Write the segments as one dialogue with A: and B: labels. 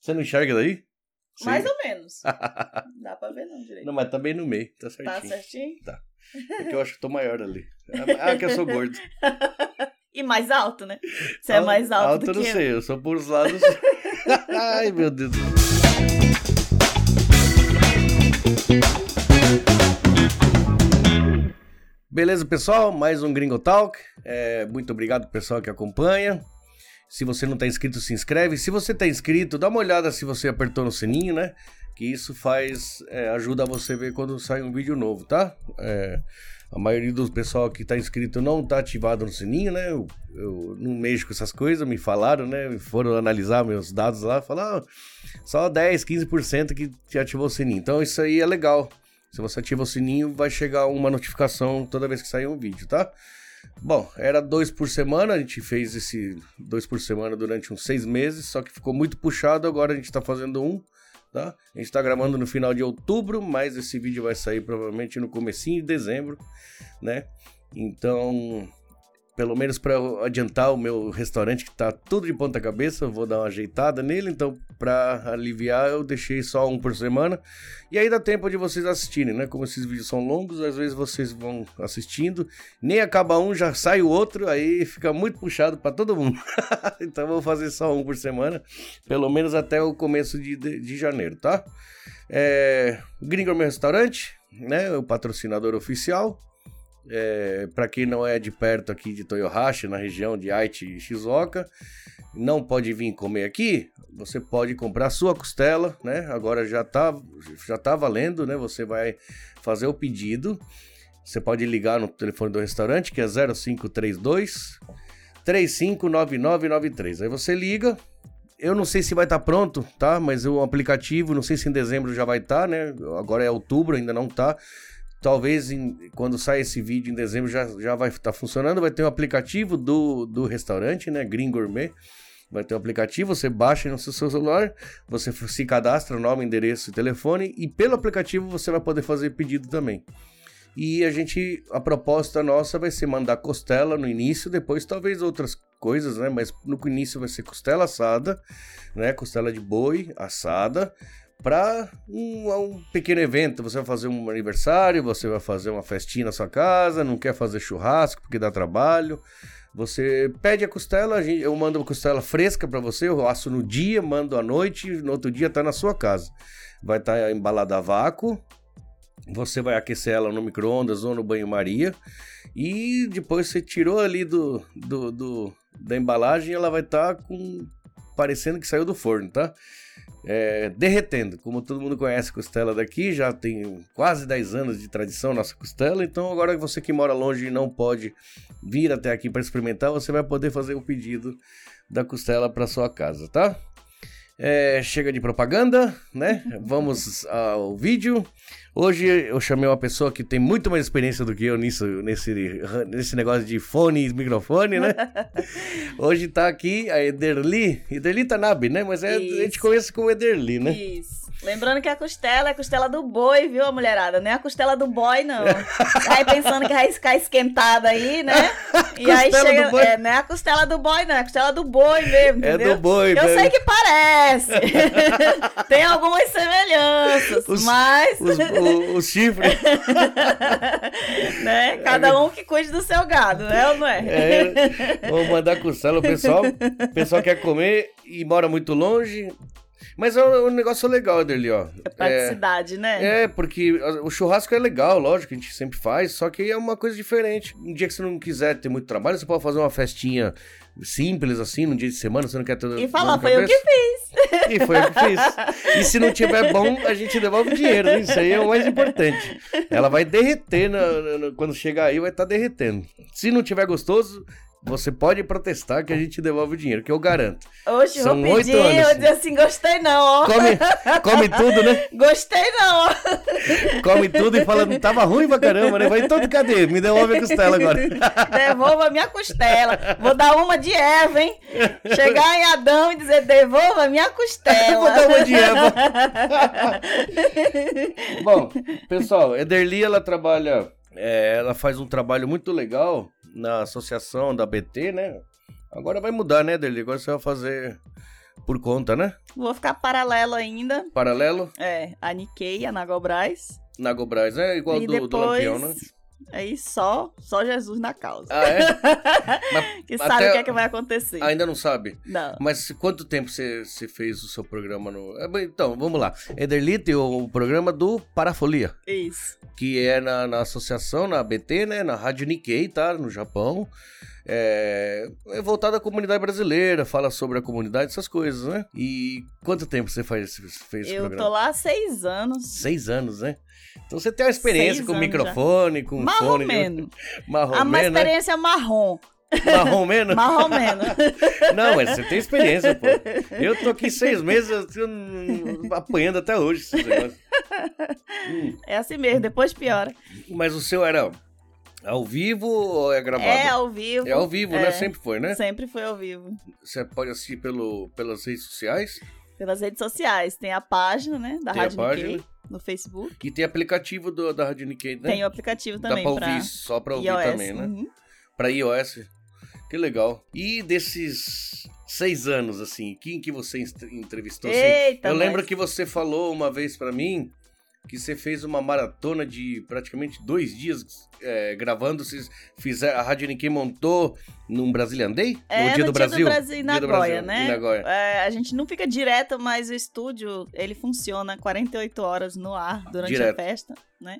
A: Você não enxerga daí? Sim. Ah.
B: Mais ou menos. Não dá pra ver não direito.
A: Não, mas tá bem no meio, tá
B: tá
A: certinho.
B: certinho?
A: Porque eu acho que eu tô maior ali. Ah, que eu sou gordo.
B: E mais alto, né? Você é mais alto, do
A: eu
B: que
A: não
B: eu.
A: sei, eu sou por os lados. Ai, meu Deus do céu. Beleza, pessoal? Mais um Gringo Talk. É, muito obrigado, pro pessoal que acompanha. Se você não está inscrito, se inscreve. Se você está inscrito, dá uma olhada se você apertou no sininho, né? Que isso faz. é, ajuda você a ver quando sai um vídeo novo, tá? É, a maioria do pessoal que está inscrito não está ativado no sininho, né? Eu, eu não mexo com essas coisas, me falaram, né? Foram analisar meus dados lá, falaram "Ah, só 10, 15% que te ativou o sininho. Então isso aí é legal. Se você ativa o sininho, vai chegar uma notificação toda vez que sair um vídeo, tá? Bom, era dois por semana, a gente fez esse dois por semana durante uns seis meses, só que ficou muito puxado, agora a gente tá fazendo um, tá? A gente tá gravando no final de outubro, mas esse vídeo vai sair provavelmente no comecinho de dezembro, né? Então, pelo menos para adiantar o meu restaurante que tá tudo de ponta cabeça, eu vou dar uma ajeitada nele, então para aliviar eu deixei só um por semana. E aí dá tempo de vocês assistirem, né? Como esses vídeos são longos, às vezes vocês vão assistindo, nem acaba um, já sai o outro, aí fica muito puxado para todo mundo. então eu vou fazer só um por semana, pelo menos até o começo de, de, de janeiro, tá? É, Gringo é meu restaurante, né? É O patrocinador oficial. É, para quem não é de perto aqui de Toyohashi, na região de Aichi e Shizuoka, não pode vir comer aqui, você pode comprar sua costela, né? Agora já tá, já tá valendo, né? Você vai fazer o pedido. Você pode ligar no telefone do restaurante, que é 0532 359993. Aí você liga. Eu não sei se vai estar pronto, tá? Mas o aplicativo, não sei se em dezembro já vai estar, né? Agora é outubro, ainda não tá. Talvez em- quando sair esse vídeo em dezembro já, já vai estar funcionando. Vai ter um aplicativo do, do restaurante, né? Green Gourmet. Vai ter um aplicativo, você baixa no seu celular, você f- se cadastra, nome, endereço e telefone, e pelo aplicativo você vai poder fazer pedido também. E a gente, a proposta nossa vai ser mandar costela no início, depois talvez outras coisas, né? Mas no início vai ser costela assada, né? Costela de boi assada, para um, um pequeno evento. Você vai fazer um aniversário, você vai fazer uma festinha na sua casa, não quer fazer churrasco porque dá trabalho. Você pede a costela, a gente- eu mando uma costela fresca para você, eu asso no dia, mando à noite, no outro dia tá na sua casa. Vai estar embalada a vácuo, você vai aquecer ela no micro-ondas ou no banho-maria. E depois você tirou ali do, do, do- da embalagem, ela vai estar com. parecendo que saiu do forno, tá? É, derretendo. Como todo mundo conhece a costela daqui, já tem quase 10 anos de tradição nossa costela. Então agora você que mora longe e não pode vir até aqui para experimentar, você vai poder fazer o pedido da costela para sua casa, tá? É, chega de propaganda, né? Vamos ao vídeo. Hoje eu chamei uma pessoa que tem muito mais experiência do que eu nisso, nesse, nesse negócio de fone e microfone, né? Hoje tá aqui a Ederli, Ederli Tanabe, né? Mas é, a gente
B: Isso.
A: conhece como Ederli, né?
B: Isso. Lembrando que a costela é a costela do boi, viu, a mulherada? Não é a costela do boi, não. Tá Aí pensando que vai ficar esquentada aí, né? E aí
A: Costela do
B: chega.
A: boi.
B: É, não é a costela do boi, não. É a costela do boi mesmo.
A: É
B: entendeu?
A: do boi,
B: Eu
A: velho.
B: sei que parece. Tem algumas semelhanças,
A: Os-
B: mas.
A: Os, o, o chifre.
B: né? Cada um que cuide do seu gado, né? Ou não é?
A: É, vou mandar costela, o pessoal, o pessoal quer comer e mora muito longe. Mas é um, um negócio legal, Ederli, ó.
B: É praticidade, né?
A: É, porque a- o churrasco é legal, lógico, a gente sempre faz, só que é uma coisa diferente. Um dia que você não quiser ter muito trabalho, você pode fazer uma festinha simples, assim, num dia de semana, você não quer ter.
B: E falar, foi eu que
A: fiz. E foi eu que fiz. E se não tiver bom, a gente devolve o dinheiro, né? Isso aí é o mais importante. Ela vai derreter na- na- na- quando chegar aí, vai estar derretendo. Se não tiver gostoso. Você pode protestar que a gente devolve o dinheiro, que eu garanto.
B: Oxe,
A: São
B: vou
A: oito
B: pedir,
A: anos.
B: eu dizer assim, gostei não, ó.
A: Come, come tudo, né?
B: Gostei não, ó.
A: Come tudo e fala, não tava ruim pra caramba, né? Vai, então cadê? Me devolve a costela agora.
B: Devolva minha costela. Vou dar uma de Eva, hein? Chegar em Adão e dizer, devolva minha costela.
A: Vou dar uma de Eva. Bom, pessoal, Ederli, ela trabalha, é, ela faz um trabalho muito legal na associação da BT, né? Agora vai mudar, né, Ederli? Agora você vai fazer por conta, né?
B: Vou ficar paralelo ainda.
A: Paralelo,
B: É, a Nikkei, a Nagobras.
A: Nagobras, é igual
B: e
A: do,
B: depois,
A: do Lampião, né?
B: Aí só, só Jesus na causa.
A: Ah, é?
B: que
A: até-
B: sabe o que é que vai acontecer.
A: Ainda não sabe.
B: Não.
A: Mas quanto tempo você, você fez o seu programa no. É, bem, Então, vamos lá. Ederlite, o programa do Parafolia.
B: Isso.
A: que é na, na associação, na ABT, né? Na Rádio Nikkei, tá? No Japão. É, é voltada à comunidade brasileira, fala sobre a comunidade, essas coisas, né? E quanto tempo você faz, esse- fez esse
B: Eu
A: programa?
B: tô lá há seis anos.
A: Seis anos, né? Então você tem uma experiência
B: Seis
A: com
B: anos
A: microfone, com
B: mais ou
A: fone.
B: menos. A minha
A: Marromeno, né?
B: experiência é marrom.
A: Marromeno?
B: Mais ou menos.
A: Não, mas você tem experiência, pô. Eu tô aqui seis meses eu tô apanhando até hoje esses negócios. Hum,
B: É assim mesmo, depois piora.
A: Mas o seu era ao vivo ou é gravado?
B: É ao vivo.
A: É ao vivo, né?
B: É.
A: Sempre foi, né?
B: Sempre foi ao vivo.
A: Você pode assistir pelo, pelas redes sociais
B: Pelas redes sociais. Tem a página, né? Da
A: Tem a
B: Rádio
A: página.
B: Nikkei. No Facebook.
A: e tem aplicativo do- da Rádio Nikkei, né?
B: Tem o aplicativo
A: Dá
B: também
A: pra ouvir, só pra ouvir
B: iOS.
A: também, né?
B: Uhum.
A: Pra iOS. Que legal. E desses seis anos, assim, quem que você inst- entrevistou? assim?
B: Eita,
A: Eu lembro
B: nós.
A: que você falou uma vez pra mim que você fez uma maratona de praticamente dois dias é, gravando. Vocês fizeram, a Rádio Nikkei montou num Brazilian Day?
B: É,
A: no Dia do
B: no
A: Brasil?
B: em
A: Dia do
B: Nagoya,
A: Brasil,
B: né?
A: em Nagoya.
B: É, a gente não fica direto, mas o estúdio, ele funciona 48 horas no ar durante
A: Direto.
B: a festa, né?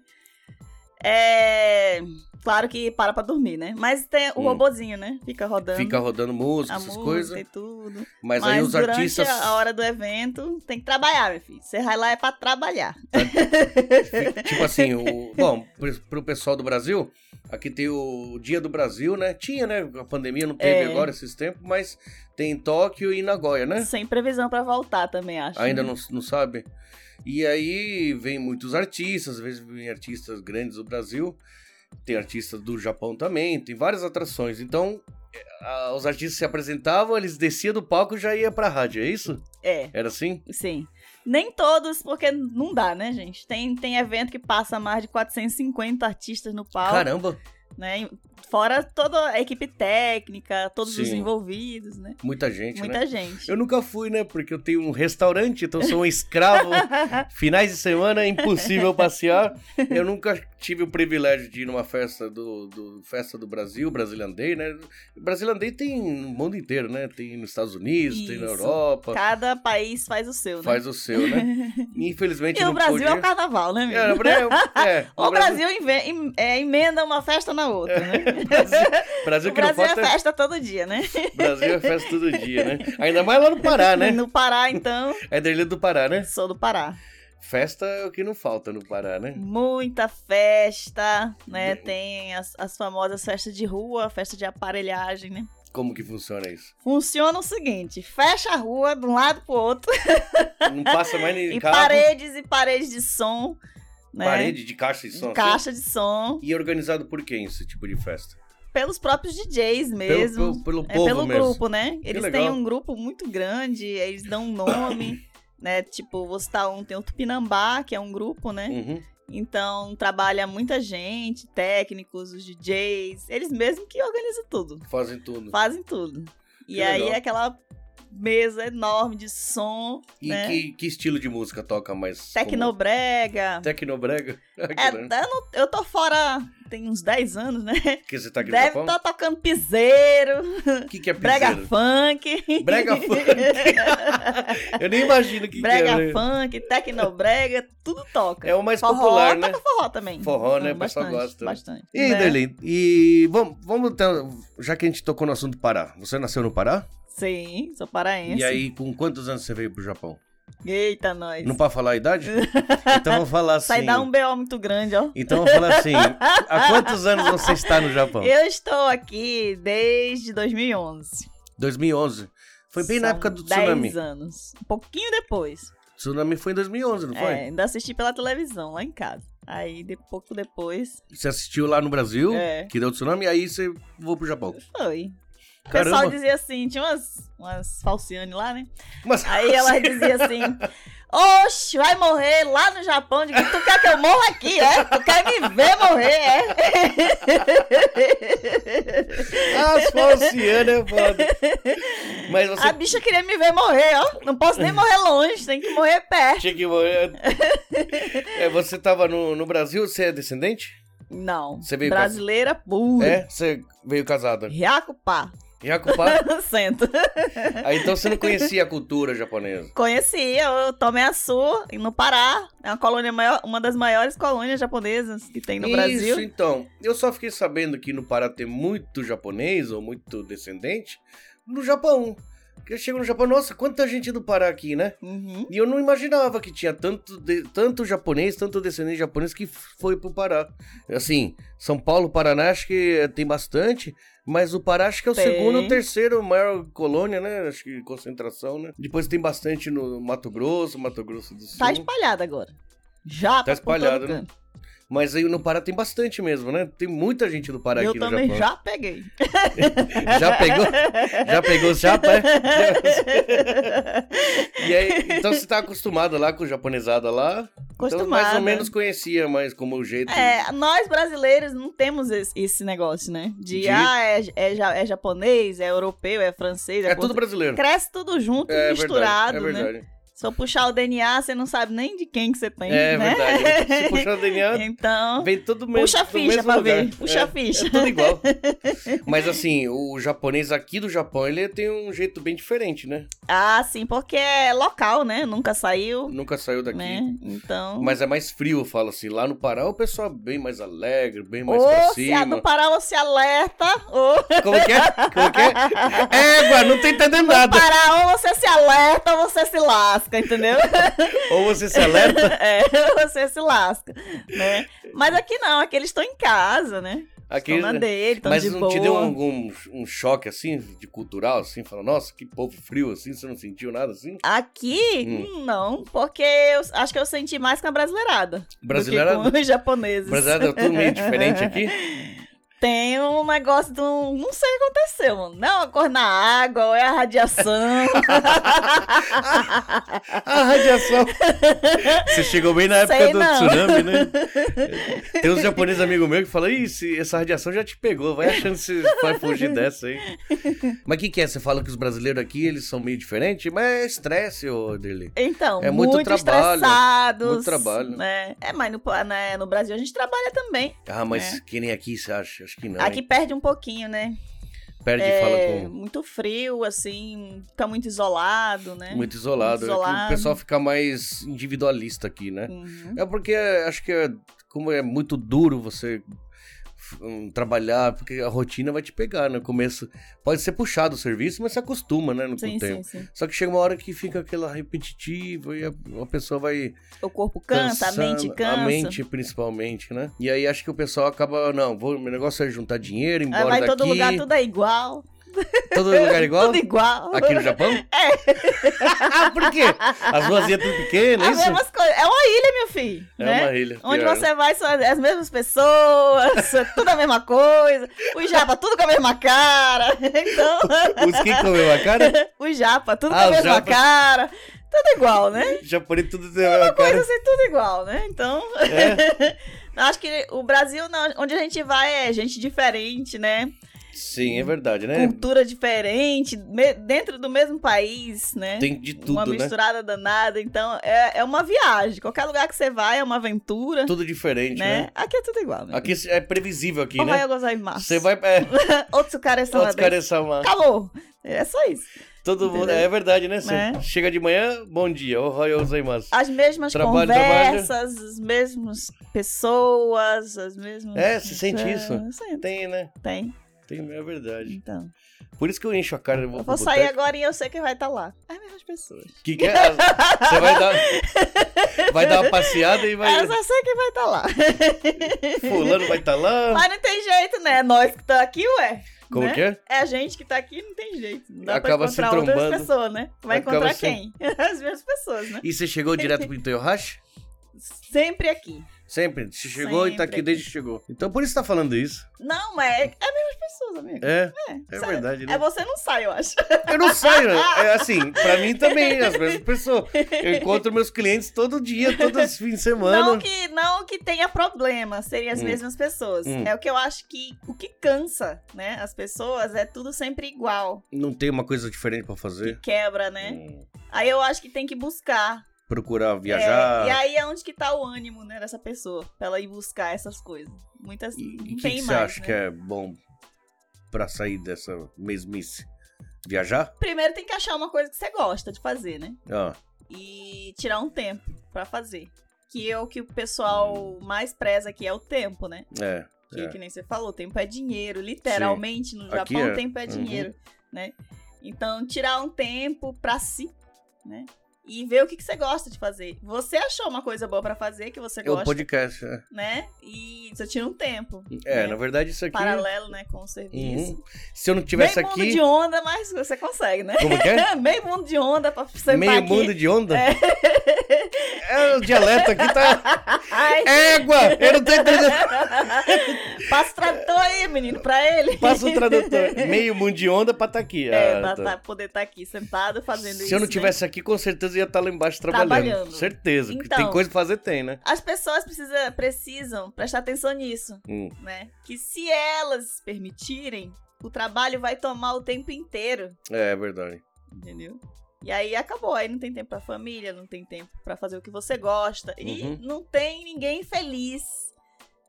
B: É... Claro que para pra dormir, né? Mas tem o
A: Hum.
B: robozinho, né? Fica rodando
A: Fica rodando música,
B: a
A: essas
B: música
A: coisas.
B: e tudo.
A: Mas,
B: Mas
A: aí os
B: durante
A: artistas
B: a hora do evento, tem que trabalhar, meu filho. Você vai lá é pra trabalhar.
A: Tipo assim, o, bom, pro- pro pessoal do Brasil, aqui tem o Dia do Brasil, né? Tinha, né? A pandemia não teve
B: É.
A: agora esses tempos, mas tem em Tóquio e Nagoya, né?
B: Sem previsão pra voltar também, acho.
A: Ainda
B: né?
A: não, não sabe. E aí vem muitos artistas, às vezes vem artistas grandes do Brasil, tem artistas do Japão também, tem várias atrações. Então, eh, a- os artistas se apresentavam, eles desciam do palco e já ia pra rádio, é isso?
B: É.
A: Era assim?
B: Sim. Nem todos, porque não dá, né, gente? Tem, tem evento que passa mais de 450 artistas no palco,
A: Caramba,
B: né? Fora toda a equipe técnica, todos os
A: Sim.
B: envolvidos, né?
A: muita gente, né?
B: Muita gente.
A: Eu nunca fui, né? Porque eu tenho um restaurante, então eu sou um escravo. Finais de semana é impossível passear. Eu nunca tive o privilégio de ir numa festa do, do- festa do Brasil, Brazilian Day, né? Brazilian Day tem no mundo inteiro, né? Tem nos Estados Unidos, tem na
B: Isso.
A: Europa,
B: Cada país faz o seu, né?
A: faz o seu, né? Infelizmente
B: E
A: não
B: o Brasil
A: pude.
B: é o carnaval, né, amigo?
A: É, o Brasil- é,
B: O Brasil inve- em- é, emenda uma festa na outra, né?
A: Brasil
B: o
A: que não
B: Brasil é
A: falta
B: festa todo dia, né?
A: Brasil é festa todo dia, né? Ainda mais lá no Pará, né?
B: No Pará, então,
A: É da Ilha do Pará, né?
B: sou do Pará.
A: Festa é o que não falta no Pará, né?
B: Muita festa, né? Tem as, as famosas festas de rua, festa de aparelhagem, né?
A: Como que funciona isso?
B: Funciona o seguinte: fecha a rua de um lado pro outro
A: Não passa mais nem
B: e
A: carro,
B: paredes e paredes de som, né?
A: parede de caixa e
B: de
A: som. assim.
B: caixa de som,
A: E é organizado por quem esse tipo de festa?
B: pelos próprios DJs mesmo.
A: Pelo, pelo, pelo
B: é
A: povo
B: pelo
A: mesmo.
B: grupo, né? Eles têm
A: legal.
B: um grupo muito grande, eles dão um nome, né? Tipo, vou citar um, tem o Tupinambá, que é um grupo, né?
A: Uhum.
B: Então trabalha muita gente, técnicos, os DJs, eles mesmos que organizam tudo,
A: Fazem tudo.
B: fazem tudo. E
A: Que
B: aí
A: legal.
B: é aquela mesa enorme de som,
A: E
B: né?
A: que, que estilo de música toca mais? Como...
B: tecnobrega.
A: Tecnobrega?
B: É,
A: Que
B: eu,
A: né?
B: não- eu tô fora tem uns 10 anos, né?
A: Porque você tá aqui
B: Deve
A: no
B: estar
A: Japão?
B: tá tocando piseiro,
A: O que, que é
B: brega
A: piseiro?
B: funk.
A: Brega funk. Eu nem imagino o que, que é.
B: brega
A: né?
B: funk, tecnobrega, tudo toca.
A: É o mais
B: forró,
A: popular, né?
B: toca forró também.
A: Forró, né?
B: Ah,
A: O pessoal
B: Bastante,
A: gosta, né?
B: bastante.
A: E aí,
B: Né?
A: Derlin, e vamos, vamos ter, um, já que a gente tocou no assunto Pará, você nasceu no Pará?
B: Sim, sou paraense.
A: E aí, com quantos anos você veio pro Japão?
B: Eita, nós.
A: Não pode falar a idade? Então vamos falar assim.
B: É Sai dar um BO muito grande, ó.
A: Então vamos falar assim, há quantos anos você está no Japão?
B: Eu estou aqui desde 2011.
A: 2011. Foi bem na
B: São
A: época do
B: 10
A: tsunami.
B: anos. Um pouquinho depois.
A: Tsunami foi em 2011, não foi?
B: É, ainda assisti pela televisão lá em casa. Aí, de pouco depois,
A: Você assistiu lá no Brasil,
B: É.
A: que deu tsunami, aí você voou pro Japão.
B: foi. O
A: Caramba.
B: pessoal dizia assim, tinha umas, umas falciane lá, né?
A: Mas
B: Aí ela dizia assim, Oxe, vai morrer lá no Japão. Eu digo, tu quer que eu morra aqui, é? Tu quer me ver morrer, é?
A: As falcianas é foda. Mas você
B: A bicha queria me ver morrer, ó. Não posso nem morrer longe, tem que morrer perto.
A: tinha que morrer. É, você tava no, no Brasil, você é descendente?
B: Não.
A: Você veio
B: Brasileira pura.
A: É? Você veio casada.
B: Riacupá.
A: Jacupá?
B: Senta.
A: Ah, então você não conhecia a cultura japonesa.
B: Conheci, eu tomei a Sul no Pará. É uma colônia maior, uma das maiores colônias japonesas que tem no
A: Isso,
B: Brasil.
A: então. Eu só fiquei sabendo que no Pará tem muito japonês ou muito descendente no Japão. Que eu chego no Japão, nossa, quanta gente do Pará aqui, né?
B: Uhum.
A: E eu não imaginava que tinha tanto, de- tanto japonês, tanto descendente japonês que foi pro Pará. Assim, São Paulo, Paraná, acho que eh, tem bastante, mas o Pará acho que é o
B: Tem.
A: segundo ou terceiro maior colônia, né? Acho que concentração, né? Depois tem bastante no Mato Grosso, Mato Grosso do Sul.
B: Tá espalhado agora. Já
A: Tá espalhado,
B: por todo
A: né?
B: canto.
A: Mas aí no Pará tem bastante mesmo, né? Tem muita gente do Pará
B: Eu
A: aqui no
B: também
A: Japão.
B: já peguei.
A: Já pegou? Já pegou o chapa, é? E aí, então você tá acostumado lá com o japonesada lá? Então mais
B: Acostumada.
A: ou menos conhecia, mas como o jeito...
B: É, nós brasileiros não temos esse, esse negócio, né? De,
A: De-
B: ah, é, é ja- é japonês, é europeu, é francês, é,
A: É tudo brasileiro.
B: Cresce tudo junto,
A: É
B: misturado,
A: verdade, é
B: né?
A: verdade.
B: Se eu puxar o DNA, você não sabe nem de quem que você tem,
A: É
B: né?
A: verdade. Se puxar o DNA,
B: Então,
A: vem todo mesmo.
B: puxa a
A: do
B: ficha
A: mesmo
B: pra
A: lugar.
B: ver. Puxa
A: é,
B: a ficha.
A: é tudo igual. Mas assim, o japonês aqui do Japão, ele tem um jeito bem diferente, né?
B: Ah, sim, porque é local, né? Nunca saiu,
A: Nunca saiu daqui.
B: né? Então.
A: Mas é mais frio, eu falo assim. Lá no Pará, o pessoal é bem mais alegre, bem mais pra
B: Ou se a
A: cima.
B: do Pará ou se alerta, ou
A: Como que é? Como que é? Égua, não tô entendendo nada.
B: Pará ou você se alerta ou você se lasca, entendeu?
A: Ou você se alerta.
B: é, você se lasca, né? Mas aqui não, aqui eles estão em casa, né?
A: Aqui,
B: Estão na dele, estão
A: mas
B: então,
A: não
B: de boa.
A: te deu algum um choque assim, de cultural, assim? Fala, nossa, que povo frio assim, você não sentiu nada assim?
B: Aqui,
A: Hum.
B: hum, não, porque eu acho que eu senti mais com a brasileirada.
A: Brasileira.
B: Do que com os japoneses.
A: Brasileiro é tudo meio diferente aqui.
B: Tem um negócio de um. Não sei o que aconteceu, mano. Não, é uma cor na água, ou é a radiação.
A: A radiação. Você chegou bem na época
B: Sei
A: do
B: não.
A: tsunami, né? Tem um uns japoneses amigos meus que falam, Ih, se- essa radiação já te pegou, vai achando que você vai fugir dessa aí. Mas o que, que é? Você fala que os brasileiros aqui, eles são meio diferentes, mas é estresse, ô Derley.
B: Então,
A: É muito
B: muito,
A: trabalho,
B: estressados.
A: muito trabalho.
B: Né? É, mas no, né, no Brasil a gente trabalha também.
A: Ah, mas
B: É.
A: que nem aqui, você acha? Acho que não.
B: Aqui
A: Aqui...
B: perde um pouquinho, né?
A: Perde e
B: É,
A: fala com...
B: muito frio, assim, fica muito isolado, né?
A: Muito isolado.
B: Muito
A: É que
B: isolado.
A: o pessoal fica mais individualista aqui, né?
B: Uhum.
A: É porque acho que é- como é muito duro você hum, trabalhar, porque a rotina vai te pegar né? no começo. Pode ser puxado o serviço, mas se acostuma, né, no com
B: Sim,
A: o tempo.
B: sim, sim.
A: Só que chega uma hora que fica aquela repetitiva e a, a pessoa vai
B: O corpo cansa, a mente
A: cansando,
B: cansa.
A: a mente principalmente, né? E aí acho que o pessoal acaba, não, vou, meu negócio é juntar dinheiro, ir
B: Aí
A: embora
B: Ah, vai
A: daqui.
B: todo lugar, tudo é igual.
A: Todo lugar igual?
B: Tudo igual.
A: Aqui no Japão? É. Por quê? As ruazinhas tudo pequenas, é
B: As
A: isso?
B: mesmas coisas. É uma ilha, meu filho.
A: É
B: né?
A: uma ilha.
B: Onde
A: pior.
B: você vai são as mesmas pessoas, é tudo a mesma coisa. O japa, tudo com a mesma cara. Então,
A: Os que comeu a cara?
B: o japa, tudo
A: Ah,
B: com a
A: os
B: mesma
A: japas.
B: cara. Tudo igual, né?
A: Japonês tudo tem a mesma
B: Coisa
A: cara.
B: assim, tudo igual, né? Então,
A: É,
B: acho que o Brasil, não, onde a gente vai é gente diferente, né?
A: sim, é verdade, né?
B: Cultura diferente, me- dentro do mesmo país, né?
A: Tem de
B: uma
A: tudo, né?
B: misturada danada. Então, é, é uma viagem. Qualquer lugar que você vai é uma aventura,
A: Tudo diferente,
B: né?
A: né?
B: Aqui é tudo igual, né?
A: Aqui é previsível aqui,
B: Ou vai
A: né?
B: eu gozar em março?
A: Você vai é,
B: Outros caras são
A: outros
B: lá
A: caras são lá.
B: Acabou. É só isso.
A: Todo mundo,
B: Entendeu?
A: é verdade, né? Você
B: Né? Ah.
A: chega de manhã, bom dia, o Royal Zaimas.
B: As mesmas
A: Trabalho,
B: conversas, as mesmas pessoas, as mesmas.
A: É, se sente
B: É,
A: isso.
B: Sim,
A: Tem, né?
B: tem.
A: Tem, é verdade.
B: Então.
A: Por isso que eu encho a cara, eu vou,
B: Eu
A: pro
B: vou sair
A: boteco.
B: agora e eu sei que vai estar lá. As mesmas pessoas.
A: Que que é? Você vai dar vai dar uma passeada e vai
B: Eu só sei que vai estar lá.
A: fulano vai estar lá.
B: Mas não tem jeito, né? É nós que tá aqui, ué.
A: Como
B: né?
A: que é?
B: É a gente que tá aqui, não tem jeito. Não dá
A: Acaba
B: pra
A: se
B: encontrar outras
A: trombando.
B: pessoas, né? Vai
A: Acaba
B: encontrar
A: se-
B: quem? As mesmas pessoas, né?
A: E você chegou direto pro Itoyohashi?
B: Sempre aqui.
A: Sempre. Se chegou e tá
B: Sempre.
A: aqui desde que chegou. Então por isso tá falando isso.
B: Não, mas é, é as mesmas pessoas, amigo.
A: É. É
B: sabe?
A: verdade, né?
B: É você não sai, eu acho.
A: Eu não saio, né? É assim, pra mim também, as mesmas pessoas. Eu encontro meus clientes todo dia, todos os fins de
B: Não
A: semana.
B: que, não que tenha problema, seriam as
A: Hum.
B: mesmas pessoas.
A: Hum.
B: É o que eu acho que o que cansa, né? As pessoas é tudo sempre igual.
A: Não tem uma coisa diferente pra
B: Que
A: fazer.
B: quebra, né?
A: Hum,
B: Aí eu acho que tem que buscar.
A: Procurar
B: É, e
A: viajar.
B: aí é onde que tá o ânimo, né, dessa pessoa, pra ela ir buscar essas coisas. Muitas
A: E
B: não
A: e o que,
B: tem
A: que você
B: mais.
A: acha
B: né?
A: que é bom pra sair dessa mesmice? Viajar?
B: Primeiro tem que achar uma coisa que você gosta de fazer, né?
A: Ah,
B: E tirar um tempo pra fazer. Que é o que o pessoal mais preza aqui é o tempo, né?
A: é.
B: Que,
A: Hum. É.
B: que nem você falou, tempo é dinheiro, literalmente no
A: Aqui
B: Japão
A: é.
B: tempo é
A: Uhum.
B: dinheiro, né? Então tirar um tempo pra si, né? E ver o que, que você gosta de fazer. Você achou uma coisa boa pra fazer que você
A: É o
B: gosta,
A: podcast. é.
B: né? E você tira um tempo.
A: É,
B: né?
A: na verdade isso aqui.
B: Paralelo, né, com o serviço.
A: Uhum. Se eu não tivesse
B: meio mundo
A: aqui.
B: de onda, mas você consegue, né?
A: Como que é?
B: meio mundo de onda pra sentar
A: Meio
B: tá aqui.
A: mundo de onda?
B: É.
A: É, o dialeto aqui tá.
B: Ai,
A: Égua! Eu não tô entendendo.
B: passa o tradutor aí, menino, pra ele.
A: Passa o tradutor. Meio mundo de onda pra tá aqui.
B: É,
A: Ah,
B: pra
A: tá.
B: tá- poder estar aqui sentado fazendo
A: Se
B: isso.
A: eu não
B: né?
A: tivesse aqui, com certeza ia estar lá embaixo trabalhando.
B: Trabalhando.
A: Certeza. Porque
B: Então.
A: tem coisa pra fazer, tem, né?
B: As pessoas precisa, precisam prestar atenção nisso,
A: Hum.
B: né? Que se elas permitirem, o trabalho vai tomar o tempo inteiro,
A: É, é verdade.
B: entendeu? E aí acabou, aí não tem tempo pra família, não tem tempo pra fazer o que você gosta. E
A: Uhum.
B: não tem ninguém feliz,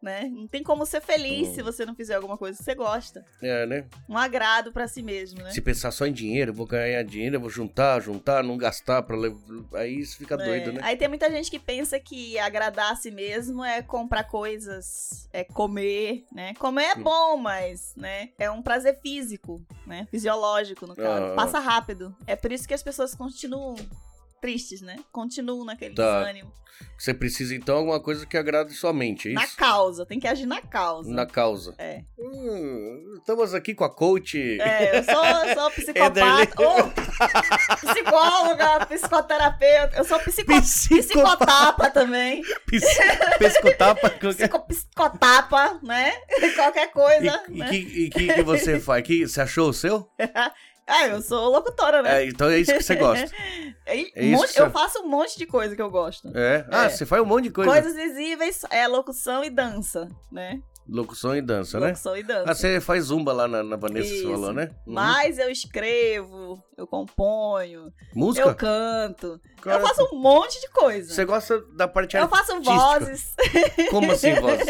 B: né? Não tem como ser feliz
A: Hum.
B: se você não fizer alguma coisa que você gosta.
A: É, né?
B: Um agrado pra si mesmo, né?
A: Se pensar só em dinheiro, eu vou ganhar dinheiro, eu vou juntar, juntar, não gastar pra levar. Aí isso fica doido,
B: É.
A: né?
B: Aí tem muita gente que pensa que agradar a si mesmo é comprar coisas, é comer, né? Comer é
A: Hum.
B: bom, mas, né? É um prazer físico, né? Fisiológico, no caso.
A: Ah.
B: Passa rápido. É por isso que as pessoas continuam tristes, né? Continuam naquele
A: Tá.
B: desânimo.
A: Você precisa, então, alguma coisa que agrade sua mente, é
B: Na
A: isso?
B: causa, tem que agir na causa.
A: Na causa.
B: É.
A: Hum, estamos aqui com a coach.
B: É, eu sou, eu sou
A: Ederley.
B: psicopata. ou psicóloga, psicoterapeuta. Eu sou psico...
A: Psico...
B: psicotapa também.
A: Psico... Pescotapa. E
B: Psico... Psicotapa, né? Qualquer coisa.
A: e
B: né?
A: que, e que, que você faz? Que, você achou o seu?
B: Ah, eu sou locutora, né?
A: É, então é isso que você gosta.
B: E
A: é
B: um
A: isso
B: monte-
A: que
B: eu
A: você-
B: faço um monte de coisa que eu gosto.
A: É. Ah,
B: É.
A: você faz um monte de coisa.
B: Coisas visíveis é locução e dança, né?
A: Locução e dança, né?
B: Locução e dança.
A: Ah, você faz zumba lá na, na Vanessa,
B: Isso.
A: você falou, né? Uhum.
B: Mas eu escrevo, eu componho, eu
A: Hum, Música?
B: canto.
A: Cara,
B: eu faço um monte de coisa.
A: Você é gosta da parte
B: Eu
A: artística?
B: faço vozes,
A: Como assim, voz?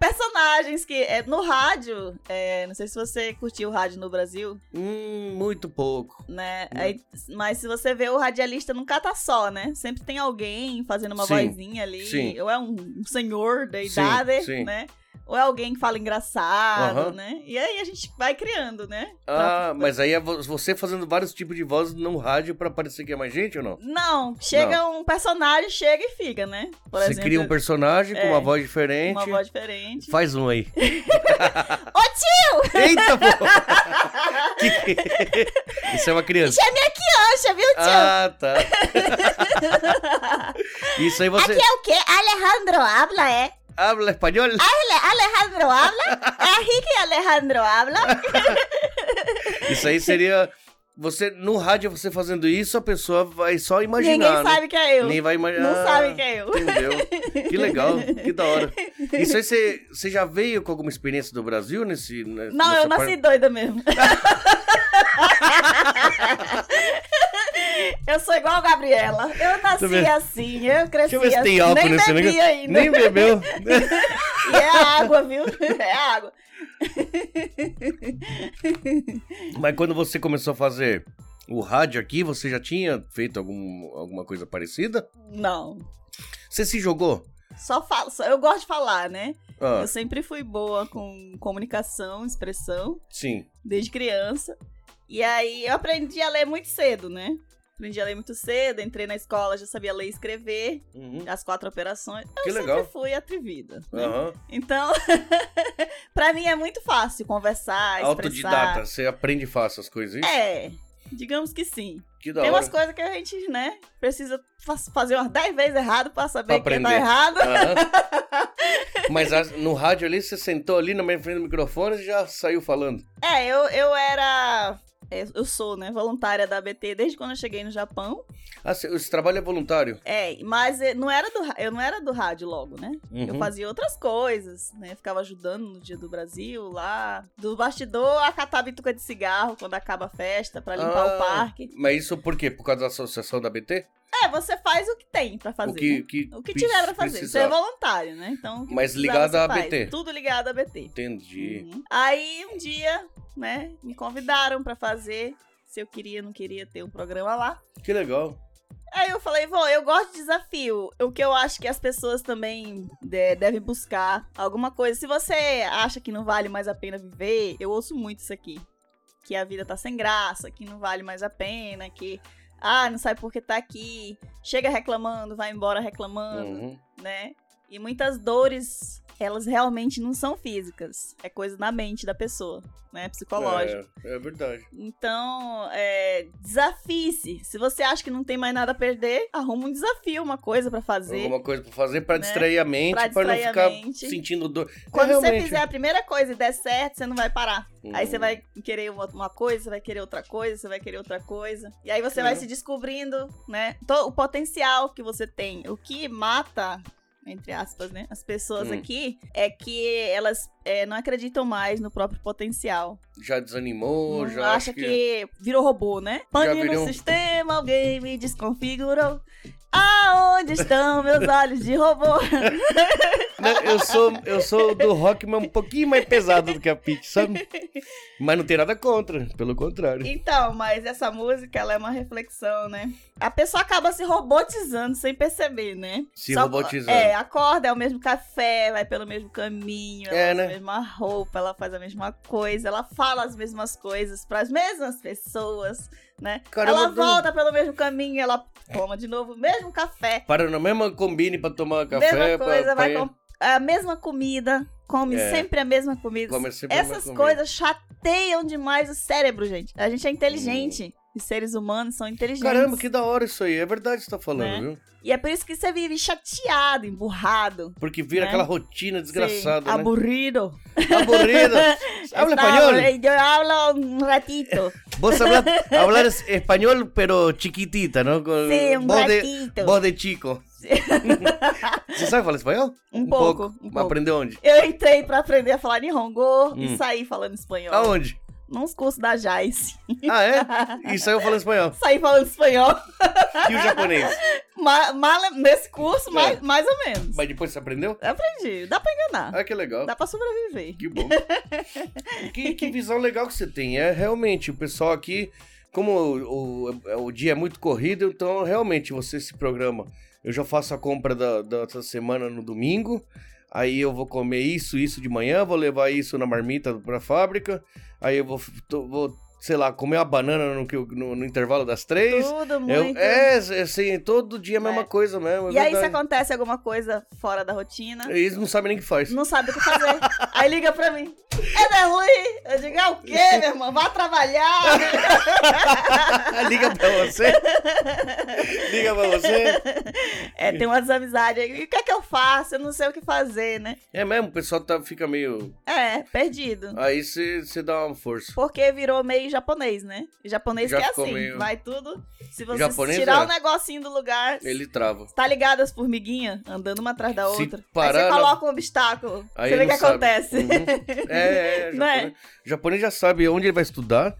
B: personagens que é, no rádio, é, não sei se você curtiu o rádio no Brasil,
A: hum, muito pouco.
B: né? Aí- mas se você vê o radialista nunca tá só, né? Sempre tem alguém fazendo uma
A: Sim,
B: vozinha ali.
A: sim.
B: Ou é um, um senhor da
A: Sim,
B: idade,
A: sim.
B: né? Ou é alguém que fala engraçado,
A: Aham.
B: né? E aí a gente vai criando, né?
A: Ah, mas aí é vo- você fazendo vários tipos de vozes no rádio pra parecer que é mais gente ou não?
B: Não, chega um personagem, chega e fica, né? Por
A: você
B: exemplo,
A: cria um personagem
B: é,
A: com uma voz diferente.
B: uma voz diferente.
A: Faz um aí. Tá.
B: Ô, tio,
A: Eita, pô! Que- Isso é uma criança.
B: Ancha, viu, tio?
A: Ah, tá. Ah. Isso aí você.
B: É o quê? Alejandro habla, é?
A: Habla espanhol?
B: Ale- Alejandro habla? É aqui que Alejandro habla?
A: Isso aí seria. Você, no rádio, você fazendo isso, a pessoa vai só imaginar.
B: Ninguém
A: né?
B: sabe que é eu.
A: Nem vai imaginar.
B: Não sabe que é eu.
A: Entendeu? Que legal, que da hora. Isso aí você, você já veio com alguma experiência do Brasil nesse. ne-
B: Não, eu
A: nessa
B: nasci doida mesmo. eu sou igual a Gabriela. Eu
A: eu
B: nasci
A: ver.
B: assim, eu cresci
A: eu ver se
B: assim.
A: tem álcool
B: Nem
A: nesse
B: bebi
A: negócio.
B: ainda.
A: Nem bebeu.
B: E é água, viu? É água.
A: Mas quando você começou a fazer o rádio aqui, você já tinha feito algum, alguma coisa parecida?
B: Não.
A: Você se jogou?
B: Só falo, só- eu gosto de falar, né?
A: Ah,
B: Eu sempre fui boa com comunicação, expressão,
A: sim.
B: desde criança. E aí eu aprendi a ler muito cedo, né? Aprendi a ler muito cedo, entrei na escola, já sabia ler e escrever,
A: Uhum.
B: as quatro operações. Eu
A: Que
B: sempre
A: legal.
B: fui atrevida. né?
A: Aham.
B: Então, pra mim é muito fácil conversar, expressar.
A: Autodidata, você aprende fácil as coisas. isso?
B: É. Digamos que sim.
A: Que da
B: Tem umas
A: hora.
B: coisas que a gente, né, precisa fa- fazer umas 10 vezes errado pra saber
A: Pra
B: que tá
A: aprender.
B: errado.
A: Aham. Mas as- no rádio ali, você sentou ali na minha frente do microfone e já saiu falando.
B: É, eu, eu era. é, Eu sou, né, voluntária da ABT desde quando eu cheguei no Japão.
A: Ah, cê- esse trabalho é voluntário?
B: É, mas eh, não era do, ra- eu não era do rádio logo, né? Eu
A: Uhum.
B: fazia outras coisas, né? Ficava ajudando no dia do Brasil, lá. Do bastidor a catar bituca de cigarro quando acaba a festa, pra limpar
A: Ah.
B: o parque.
A: Mas isso por quê? Por causa da associação da BT?
B: É, você faz o que tem pra fazer.
A: o que,
B: né?
A: que,
B: O que tiver pra fazer. Você é
A: precisar.
B: voluntário, né? Então, o que
A: Mas
B: precisar,
A: ligado
B: você
A: à
B: faz.
A: ABT.
B: Tudo ligado à BT.
A: Entendi.
B: Uhum. Aí um dia, né, me convidaram pra fazer se eu queria, não queria ter um programa lá.
A: Que legal.
B: Aí eu falei, vô, eu gosto de desafio. O que eu acho que as pessoas também de- devem buscar alguma coisa. Se você acha que não vale mais a pena viver, eu ouço muito isso aqui. Que a vida tá sem graça, que não vale mais a pena, que ah, não sabe por que tá aqui. Chega reclamando, vai embora reclamando
A: Uhum.
B: né? E muitas dores, elas realmente não são físicas. É coisa na mente da pessoa, né? Psicológica.
A: É, é verdade.
B: Então, é, desafie-se. Se você acha que não tem mais nada a perder, arruma um desafio, uma coisa pra fazer.
A: Alguma coisa pra fazer pra
B: Né?
A: distrair a mente, pra,
B: Pra
A: não
B: distrair a
A: ficar
B: mente.
A: sentindo dor. É,
B: Quando você
A: realmente.
B: fizer a primeira coisa e der certo, você não vai parar.
A: Hum.
B: Aí você vai querer uma, uma coisa, você vai querer outra coisa, você vai querer outra coisa. E aí você vai
A: Uhum.
B: se descobrindo, né? to- o potencial que você tem. O que mata, entre aspas, né? As pessoas
A: Hum.
B: aqui é que elas é, não acreditam mais no próprio potencial.
A: Já desanimou,
B: Não
A: já
B: acha que... virou robô, né? Pane
A: virou
B: no
A: um-
B: sistema, alguém me desconfigurou. Aonde estão meus olhos de robô?
A: Não, eu sou eu sou do rock, mas um pouquinho mais pesado do que a Pitty, sabe? Mas não tem nada contra, pelo contrário.
B: Então, mas essa música, ela é uma reflexão, né? A pessoa acaba se robotizando sem perceber, né?
A: Se
B: Só-
A: robotizando.
B: É, acorda, é o mesmo café, vai pelo mesmo caminho, ela
A: É,
B: usa
A: né?
B: a mesma roupa, ela faz a mesma coisa, ela fala as mesmas coisas para as mesmas pessoas, né?
A: Caramba, então,
B: ela
A: tu-
B: volta pelo mesmo caminho, ela toma de novo o mesmo café,
A: Para na mesma combine pra tomar café,
B: mesma
A: pra-
B: coisa,
A: pra
B: vai
A: ir-
B: com a mesma comida, come
A: É.
B: sempre a mesma comida.
A: comer sempre a mesma
B: Essas
A: comida.
B: coisas chateiam demais o cérebro, gente. A gente é inteligente. Os seres humanos são inteligentes.
A: Hum. Caramba, que da hora isso aí. É verdade que você tá falando,
B: Né?
A: viu?
B: E é por isso que você vive chateado, emburrado.
A: Porque vira
B: Né?
A: aquela rotina desgraçada,
B: sim,
A: né?
B: Aburrido.
A: Aburrida. Habla
B: Está
A: espanhol.
B: aburrido. Eu hablo um ratito.
A: Vos hablas, hablar es- espanhol, pero chiquitita, ¿no? Con
B: Sim, um
A: voz, Hum, de,
B: ratito.
A: voz de chico. Você sabe falar espanhol?
B: Um pouco, um
A: Mas
B: pouco.
A: aprendeu onde?
B: Eu entrei pra aprender a falar Nihongo
A: Hum.
B: e saí falando espanhol.
A: Aonde?
B: Nos cursos da Jais.
A: Ah, é? E saiu falando espanhol.
B: saí falando espanhol.
A: E o japonês?
B: Ma- mala- nesse curso,
A: É.
B: mais, mais ou menos.
A: Mas depois você aprendeu?
B: Aprendi. Dá pra enganar.
A: pues, Ah, que legal.
B: Dá pra sobreviver.
A: Que bom. que, que visão legal que você tem. É realmente, o pessoal aqui, como o, o, o dia é muito corrido, então realmente você se programa. Eu já faço a compra da, dessa semana no domingo. Aí eu vou comer isso, isso de manhã, vou levar isso na marmita pra fábrica. Aí eu vou, tô- vou, sei lá, comer uma banana no, que eu- no, no intervalo das três.
B: Tudo
A: Eu-
B: muito.
A: é, assim, todo dia a mesma
B: É.
A: coisa mesmo. é
B: e aí, né? se
A: verdade. É
B: acontece alguma coisa fora da rotina,
A: Eles não sabem nem o que faz.
B: não sabe o que fazer. aí liga pra mim. É da ruim? Eu digo, é o quê, meu irmão? Vá trabalhar.
A: Ah, Liga pra você. Liga pra você.
B: é, tem umas amizades aí. E o que é que eu faço? Eu não sei o que fazer, né?
A: É mesmo, o pessoal tá, fica meio.
B: É, perdido.
A: Aí você dá uma força.
B: Porque virou meio japonês, né? E japonês
A: Já
B: que é
A: ficou
B: assim,
A: meio-
B: vai tudo. Se você
A: Japonês
B: tirar
A: é.
B: um negocinho do lugar,
A: Ele trava.
B: tá ligado as formiguinhas andando uma atrás da
A: Se
B: outra.
A: parar
B: aí você
A: na-
B: coloca um obstáculo,
A: Aí
B: você vê o
A: ele
B: que
A: não sabe.
B: acontece.
A: Uhum. É, é, é,
B: Não é?
A: japonês. O japonês já sabe onde ele vai estudar,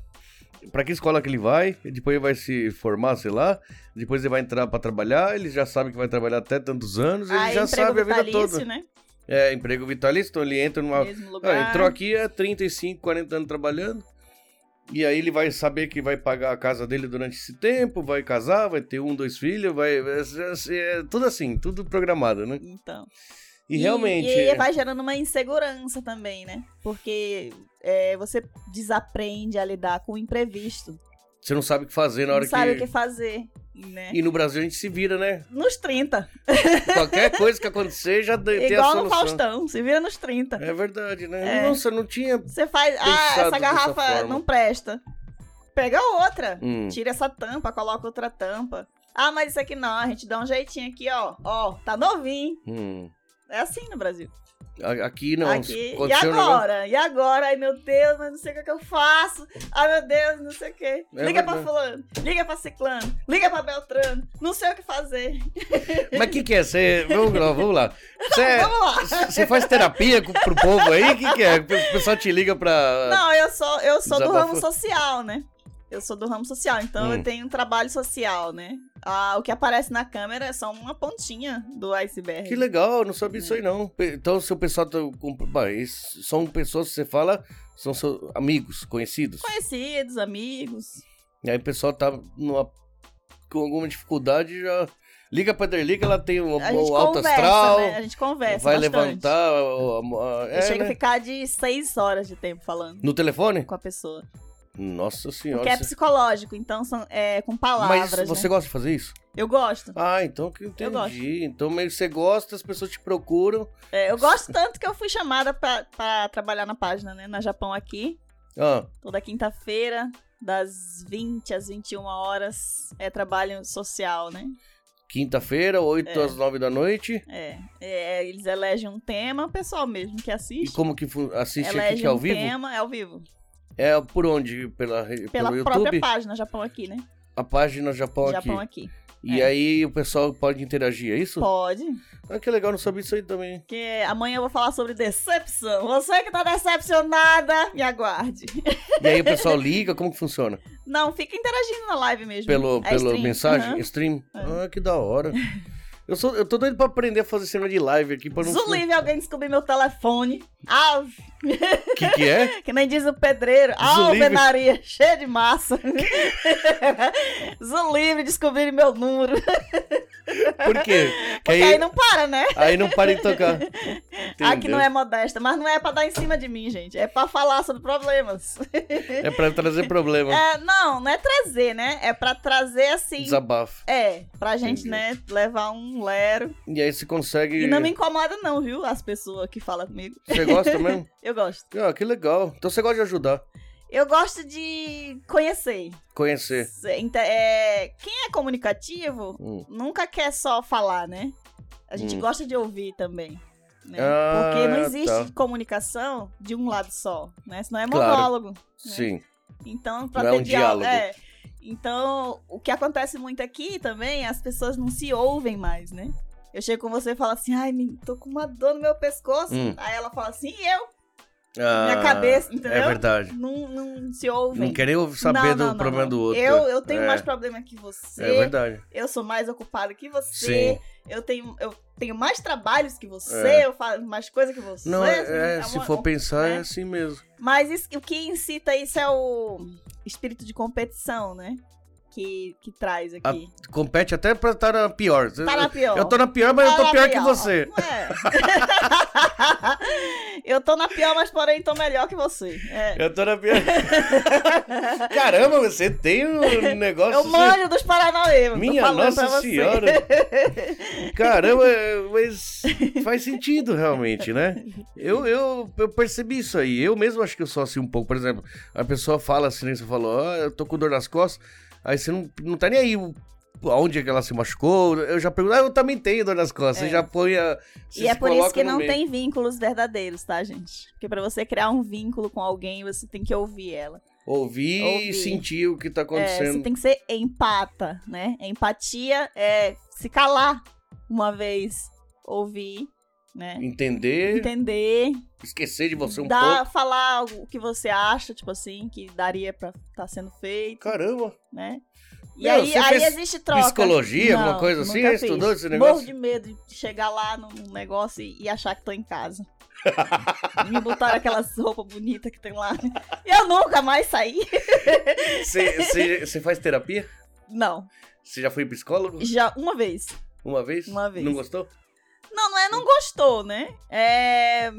A: pra que escola que ele vai, e depois ele vai se formar, sei lá, depois ele vai entrar pra trabalhar, ele já sabe que vai trabalhar até tantos anos, ele
B: aí
A: já
B: Ah, emprego
A: sabe a vida
B: vitalício,
A: toda.
B: né?
A: É, emprego vitalício, então ele entra numa.
B: Mesmo lugar.
A: Ah, entrou aqui há 35, 40 anos trabalhando. E aí ele vai saber que vai pagar a casa dele durante esse tempo, vai casar, vai ter um, dois filhos, vai. É, é, é tudo assim, tudo programado, né?
B: Então.
A: E, realmente. é.
B: E, aí vai gerando uma insegurança também, né? Porque é, você desaprende a lidar com o imprevisto.
A: Você não sabe o que fazer na hora
B: Não sabe
A: que.
B: o que fazer, né?
A: E no Brasil a gente se vira, né?
B: Nos 30.
A: Qualquer coisa que acontecer já dê- tem a
B: Igual no
A: solução.
B: Faustão. Se vira nos 30.
A: É verdade, né?
B: É.
A: Nossa, não tinha.
B: Você faz.
A: Pensado
B: Ah, essa
A: dessa
B: garrafa
A: forma.
B: não presta. Pega outra.
A: Hum.
B: Tira essa tampa, coloca outra tampa. Ah, mas isso aqui não, a gente dá um jeitinho aqui, ó. Ó, tá novinho.
A: hum.
B: É assim no Brasil.
A: A- Aqui não.
B: Aqui. E
A: aconteceu um negócio-
B: agora? E agora? Ai, meu Deus, mas não sei o que, que eu faço. Ai, meu Deus, não sei o que.
A: É
B: Liga pra
A: verdade.
B: fulano, liga pra ciclano, liga pra beltrano. Não sei o que fazer.
A: Mas o que, que é? Você. Vamos lá, vamos lá. Você.
B: Vamos lá.
A: Você faz terapia com- pro povo aí? O que, que é? O pessoal te liga pra.
B: Não, eu sou, eu sou do
A: Desabafou.
B: ramo social, né? Eu sou do ramo social, então
A: Hum.
B: eu tenho um trabalho social, né? Ah, o que aparece na câmera é só uma pontinha do iceberg.
A: Que legal, eu não sabia isso aí não. Pe- Então, se o pessoal. Tá, com- bah, isso- são pessoas que você fala, são seus amigos, conhecidos.
B: Conhecidos, amigos.
A: E aí o pessoal tá numa- com alguma dificuldade já. Liga pra Derliga, ela tem um,
B: A gente
A: um alto
B: conversa,
A: astral.
B: né? A gente conversa
A: vai
B: bastante.
A: levantar. o- a- a-
B: Eu
A: é,
B: chego
A: né?
B: a ficar de seis horas de tempo falando
A: No telefone?
B: com a pessoa.
A: Nossa senhora.
B: Porque é
A: você-
B: psicológico, então são, é com palavras,
A: Mas você
B: né?
A: gosta de fazer isso?
B: Eu gosto.
A: Ah, então que eu
B: Eu gosto.
A: entendi. Então meio que você gosta, as pessoas te procuram.
B: É, eu gosto tanto que eu fui chamada pra, pra trabalhar na página, né? Na Japão aqui.
A: Ah,
B: Toda quinta-feira, das 20 às 21 horas, é trabalho social, né?
A: quinta-feira, 8
B: É.
A: às 9 da noite.
B: É, é, eles elegem um tema, o pessoal mesmo que
A: E
B: assiste.
A: como que fu- assiste aqui
B: elege
A: que é ao
B: um
A: vivo?
B: tema, é ao vivo.
A: É por onde? Pela, re-
B: Pela
A: pelo
B: própria
A: YouTube?
B: página, Japão aqui, né?
A: A página Japão,
B: Japão
A: aqui.
B: aqui.
A: E
B: é.
A: aí o pessoal pode interagir, é isso?
B: Pode.
A: Ah, que legal, não sabia isso aí também.
B: Porque amanhã eu vou falar sobre decepção. Você que tá decepcionada, me aguarde.
A: E aí o pessoal liga, como que funciona?
B: Não, fica interagindo na live mesmo.
A: Pelo,
B: É
A: pela
B: stream,
A: mensagem?
B: aham. É.
A: Stream? Ah, que da hora. Eu, sou, eu tô doido pra aprender a fazer cena de live aqui pra não.
B: Zulive alguém descobrir meu telefone. Ah,
A: O que, que é?
B: que nem diz o pedreiro. Ah,
A: Zulivre.
B: alvenaria, cheia de massa. Zulivre descobrir meu número. Porque
A: Por quê? Que
B: aí
A: aí,
B: não para, né?
A: aí não para de tocar.
B: Aqui não
A: Entendeu?
B: é modesta, mas não é pra dar em cima de mim, gente. É pra falar sobre problemas.
A: É pra trazer problema.
B: É, não, não é trazer, né? É pra trazer assim.
A: Desabafo.
B: É, pra gente,
A: Entendi.
B: né, levar um lero.
A: E aí você consegue.
B: E não me incomoda, não, viu? As pessoas que falam comigo.
A: Você gosta mesmo?
B: Eu gosto.
A: Ah, que legal. Então você gosta de ajudar,
B: Eu gosto de conhecer.
A: conhecer.
B: Cê inte- é, quem é comunicativo
A: Hum.
B: nunca quer só falar, né? A gente
A: Hum.
B: gosta de ouvir também. né?
A: Ah,
B: Porque não existe
A: tá.
B: comunicação de um lado só, né? Senão é
A: Claro.
B: monólogo.
A: Sim.
B: Então, pra
A: Não é
B: ter
A: um
B: diálogo.
A: diálogo.
B: é. Então, o que acontece muito aqui também, as pessoas não se ouvem mais, né? Eu chego com você e falo assim, ai, me- tô com uma dor no meu pescoço.
A: Hum.
B: Aí ela fala assim, e eu?
A: Ah,
B: minha cabeça,
A: É
B: entendeu?
A: verdade.
B: não, não se
A: Não
B: ouvem.
A: querer saber
B: Não,
A: do
B: não, não,
A: problema
B: não.
A: do outro.
B: Eu, eu tenho
A: É.
B: mais problema que você.
A: É verdade.
B: eu sou mais ocupada que você.
A: Sim.
B: Eu tenho, eu tenho mais trabalhos que você.
A: É.
B: Eu faço mais coisas que você.
A: Não, é,
B: assim, uma-
A: se for pensar, é
B: né?
A: assim mesmo.
B: Mas isso- o que incita isso é o espírito de competição, né? Que, que traz aqui.
A: Compete até pra estar na pior.
B: tá na pior.
A: Ah, Eu tô na pior, mas
B: Tá
A: eu tô
B: na
A: pior que você.
B: É. eu tô na pior, mas porém tô melhor que você. É.
A: Eu tô na pior. Caramba, você tem um negócio.
B: Eu manjo dos Paranauê, eu tô
A: Minha
B: falando pra
A: Nossa
B: você.
A: Senhora! Caramba, é, mas faz sentido realmente, né? Eu, eu, eu percebi isso aí. Eu mesmo acho que eu sou assim um pouco. Por exemplo, a pessoa fala assim, né, você falou, ah, eu tô com dor nas costas, aí você não, não tá nem aí o- aonde é que ela se machucou. Eu já pergunto, ah, eu também tenho dor nas costas.
B: É.
A: Você já põe a. você
B: E é
A: se
B: por isso
A: coloca
B: que
A: no
B: não
A: meio.
B: tem vínculos verdadeiros, tá, gente? Porque pra você criar um vínculo com alguém, você tem que ouvir ela.
A: Ouvir
B: Ouvir.
A: e sentir o que tá
B: É, você
A: acontecendo.
B: tem que ser empata, né? Empatia é se calar uma vez, ouvir, né?
A: Entender,
B: Entender,
A: esquecer de você um
B: dar,
A: pouco.
B: falar o que você acha, tipo assim, que daria pra estar sendo feito,
A: Caramba!
B: né? E
A: Meu,
B: aí,
A: você
B: aí
A: fez
B: existe troca.
A: psicologia, alguma
B: Não,
A: coisa assim?
B: nunca
A: É, estudou
B: fiz.
A: esse negócio?
B: Morro de medo de chegar lá num negócio e, e achar que tô em casa. Me botaram aquelas roupas bonitas que tem lá. E eu nunca mais saí.
A: Você- Você você faz terapia?
B: Não,
A: Você já foi psicólogo?
B: já uma vez.
A: Uma vez?
B: Uma vez.
A: Não gostou?
B: Não, não é não gostou, né? É.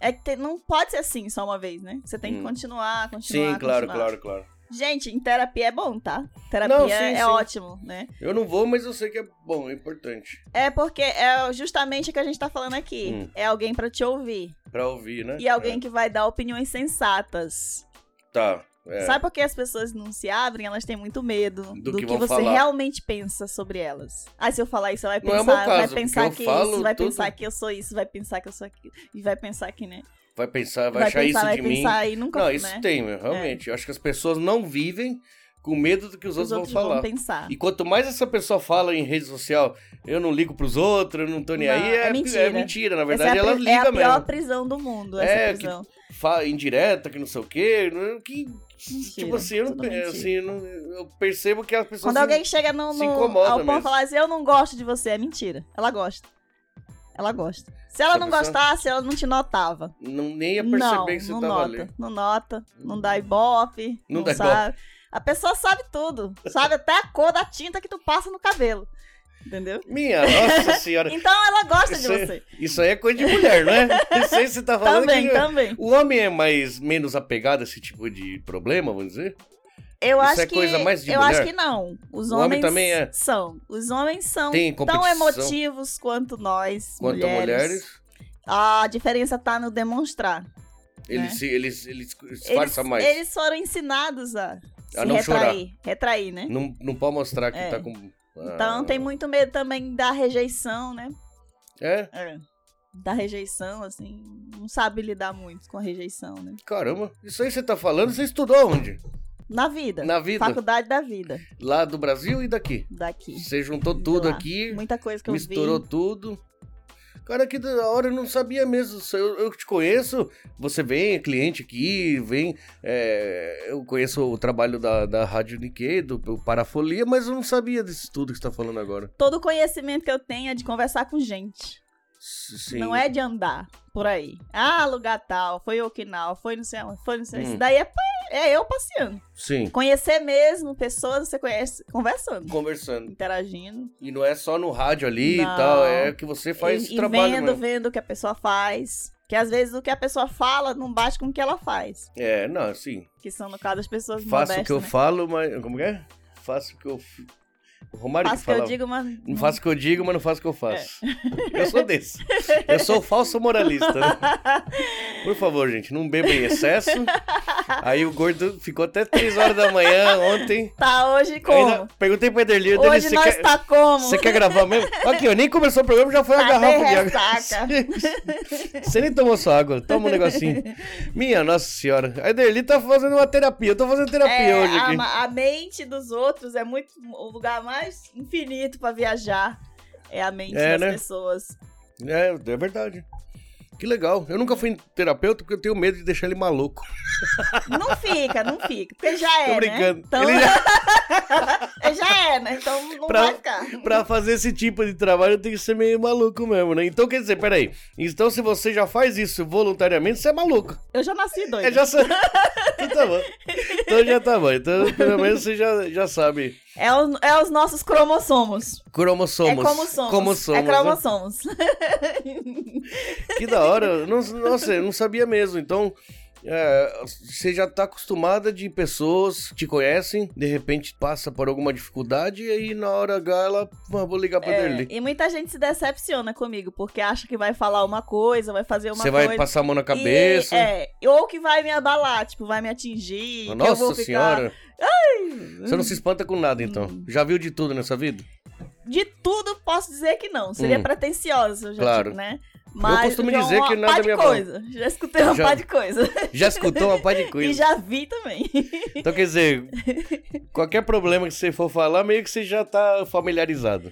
B: É que te- não pode ser assim só uma vez, né? Você tem que
A: Hum.
B: continuar, continuar.
A: Sim, claro,
B: continuar.
A: claro, claro. Gente,
B: Gente, em terapia é bom, tá? Terapia
A: Não, sim,
B: é
A: sim.
B: ótimo, né?
A: eu não vou, mas eu sei que é bom, é importante
B: É porque é justamente o que a gente tá falando aqui.
A: Hum.
B: É alguém pra te ouvir.
A: pra ouvir, né?
B: E alguém que vai dar opiniões sensatas.
A: É, Tá, É.
B: Sabe por que as pessoas não se abrem? Elas têm muito medo
A: Do
B: do,
A: que
B: que,
A: vão
B: você
A: falar.
B: realmente pensa sobre elas. Aí se eu falar isso, vai
A: Não é
B: pensar,
A: o meu caso,
B: vai pensar
A: porque
B: que
A: eu
B: isso,
A: falo
B: vai
A: tudo.
B: pensar que eu sou isso, vai pensar que eu sou aquilo. E vai pensar que, né?
A: Vai pensar, vai, achar
B: pensar,
A: isso
B: vai
A: de mim.
B: pensar e nunca,
A: Não,
B: né?
A: isso tem, meu, realmente. Eu acho que as pessoas não vivem com medo do que os,
B: Os
A: outros
B: outros
A: vão falar.
B: vão pensar.
A: E quanto mais essa pessoa fala em rede social, eu não ligo pros outros, eu não tô nem
B: Não,
A: aí,
B: é
A: é,
B: mentira.
A: mentira. Na
B: Essa
A: verdade,
B: é a,
A: ela
B: pri-
A: liga
B: é a
A: mesmo.
B: pior prisão do mundo, essa
A: É, que-
B: prisão.
A: Fa- indireta, que não sei o quê. não- Que, tipo assim, eu, não,
B: tudo mentira.
A: assim, eu não- eu percebo que as pessoas.
B: Quando
A: se-
B: alguém chega no,
A: se
B: no-
A: incomoda
B: ao ponto
A: mesmo.
B: de falar assim, eu não gosto de você, é mentira. Ela gosta. Ela gosta. Se ela
A: Essa
B: não
A: pessoa-
B: gostasse, ela não te notava.
A: Não, nem ia perceber
B: Não,
A: que você
B: não
A: tava
B: nota.
A: ali. Hum.
B: Não nota, não dá ibope,
A: Não
B: não,
A: dá ibope.
B: sabe. A pessoa sabe tudo. Sabe até a cor da tinta que tu passa no cabelo. Entendeu?
A: Minha nossa senhora,
B: Então ela gosta de
A: Isso é-
B: você.
A: isso aí é coisa de mulher, não é? Não sei se você tá falando
B: Também,
A: que...
B: também.
A: O homem é mais menos apegado a esse tipo de problema, vamos dizer?
B: Eu
A: Isso
B: acho
A: é
B: que.
A: coisa mais de
B: eu
A: mulher?
B: acho que não. Os
A: O homem
B: homens
A: também é.
B: são. Os homens são
A: Tem
B: tão
A: competição
B: emotivos quanto nós.
A: quanto a mulheres.
B: né? A diferença tá no demonstrar.
A: Eles,
B: né?
A: se- eles, eles
B: Eles,
A: disfarçam mais.
B: eles foram ensinados a se
A: A não chorar.
B: retrair. Retrair, né?
A: Não, não pode mostrar que
B: É.
A: tá com... Ah,
B: Então tem muito medo também da rejeição, né?
A: É?
B: É. Da rejeição, assim. Não sabe lidar muito com a rejeição, né?
A: Caramba. Isso aí você tá falando, você estudou onde?
B: Então, Na vida.
A: Na vida?
B: Faculdade da vida.
A: Lá do Brasil e daqui?
B: Daqui.
A: Você juntou
B: De
A: tudo
B: lá.
A: aqui,
B: Muita coisa que eu
A: misturou
B: vi.
A: tudo. Cara, que da hora, eu não sabia mesmo. Se Eu, eu te conheço, você vem, é cliente aqui, vem. é, eu conheço o trabalho da, da Rádio Nikkei, do, do Parafolia, mas eu não sabia disso tudo que você tá falando agora.
B: Todo o conhecimento que eu tenho é de conversar com gente.
A: S- Sim.
B: Não é de andar por aí. Ah, lugar tal, foi Okinawa, foi não sei onde, foi não sei onde.
A: Hum.
B: Isso daí é, pa- é eu passeando.
A: Sim.
B: Conhecer mesmo pessoas, você conhece conversando,
A: Conversando.
B: interagindo.
A: E não é só no rádio ali e
B: Não.
A: tal, é que você faz
B: e,
A: esse
B: e
A: trabalho
B: vendo,
A: mesmo.
B: vendo o que a pessoa faz. Que às vezes o que a pessoa fala não bate com o que ela faz.
A: É, não, assim.
B: Que são, no caso, as pessoas
A: Faço o que eu
B: modestas, né?
A: falo, mas. Como que é? Faço o que eu. fi- O Romário
B: né?
A: que
B: Faço o que
A: falava.
B: eu digo, mas.
A: Não faço o que eu digo, mas não faço o que eu faço. Eu sou desse. Eu sou o falso moralista, né? Por favor, gente, não beba em excesso. Aí o gordo ficou até 3 horas da manhã ontem.
B: Tá, hoje como?
A: Ainda perguntei pra Ederli, Ederli,
B: hoje
A: você
B: nós
A: quer,
B: tá como?
A: você quer gravar mesmo? Aqui, eu nem começou o programa, já foi a
B: Tá
A: garrafa
B: bem
A: de água.
B: ressaca.
A: Você nem tomou sua água, toma um negocinho. Minha nossa senhora. A Ederli tá fazendo uma terapia, eu tô fazendo terapia
B: É,
A: hoje
B: a,
A: aqui.
B: ma- a mente dos outros é muito o lugar mais infinito pra viajar. É a mente
A: É,
B: das
A: né?
B: pessoas.
A: É, é verdade. Que legal. Eu nunca fui em terapeuta porque eu tenho medo de deixar ele maluco.
B: Não fica, não fica. Porque já é,
A: Tô
B: né?
A: brincando.
B: Então,
A: Ele
B: já... é, né? Então não
A: Pra-
B: vai ficar.
A: Pra fazer esse tipo de trabalho tem que ser meio maluco mesmo, né? Então quer dizer, peraí. Então se você já faz isso voluntariamente, você é maluco.
B: Eu já nasci doida.
A: É, já sabe. então tá bom. Então já tá bom. Então pelo menos você já, já sabe.
B: É, o- é os nossos cromossomos.
A: Cromossomos. né?
B: É como somos.
A: Como somos.
B: é cromossomos.
A: né? Que da hora. Eu não- Nossa, eu não sabia mesmo. Então. é, você já tá acostumada de pessoas que te conhecem, de repente passa por alguma dificuldade e aí na hora H ela, "Ah, vou ligar pra
B: É,
A: Derli.
B: e muita gente se decepciona comigo, porque acha que vai falar uma coisa, vai fazer é uma
A: Você
B: coisa.
A: vai passar a mão na
B: e-
A: cabeça.
B: é, ou que vai me abalar, tipo, vai me atingir. que eu
A: Nossa
B: vou ficar- Hum.
A: senhora. Você não se espanta com nada, então. Já viu de tudo nessa vida?
B: De tudo, posso dizer que não. Seria
A: Hum.
B: pretensiosa, eu já
A: Claro.
B: digo, né? Mas
A: costumo
B: já
A: dizer
B: uma
A: que nada
B: pá
A: me
B: de
A: abala.
B: coisa. Já escutei uma
A: Já-
B: pá de coisa.
A: Já escutou uma pá de
B: E
A: coisa.
B: já vi também.
A: Então, quer dizer, qualquer problema que você for falar, meio que você já tá familiarizado.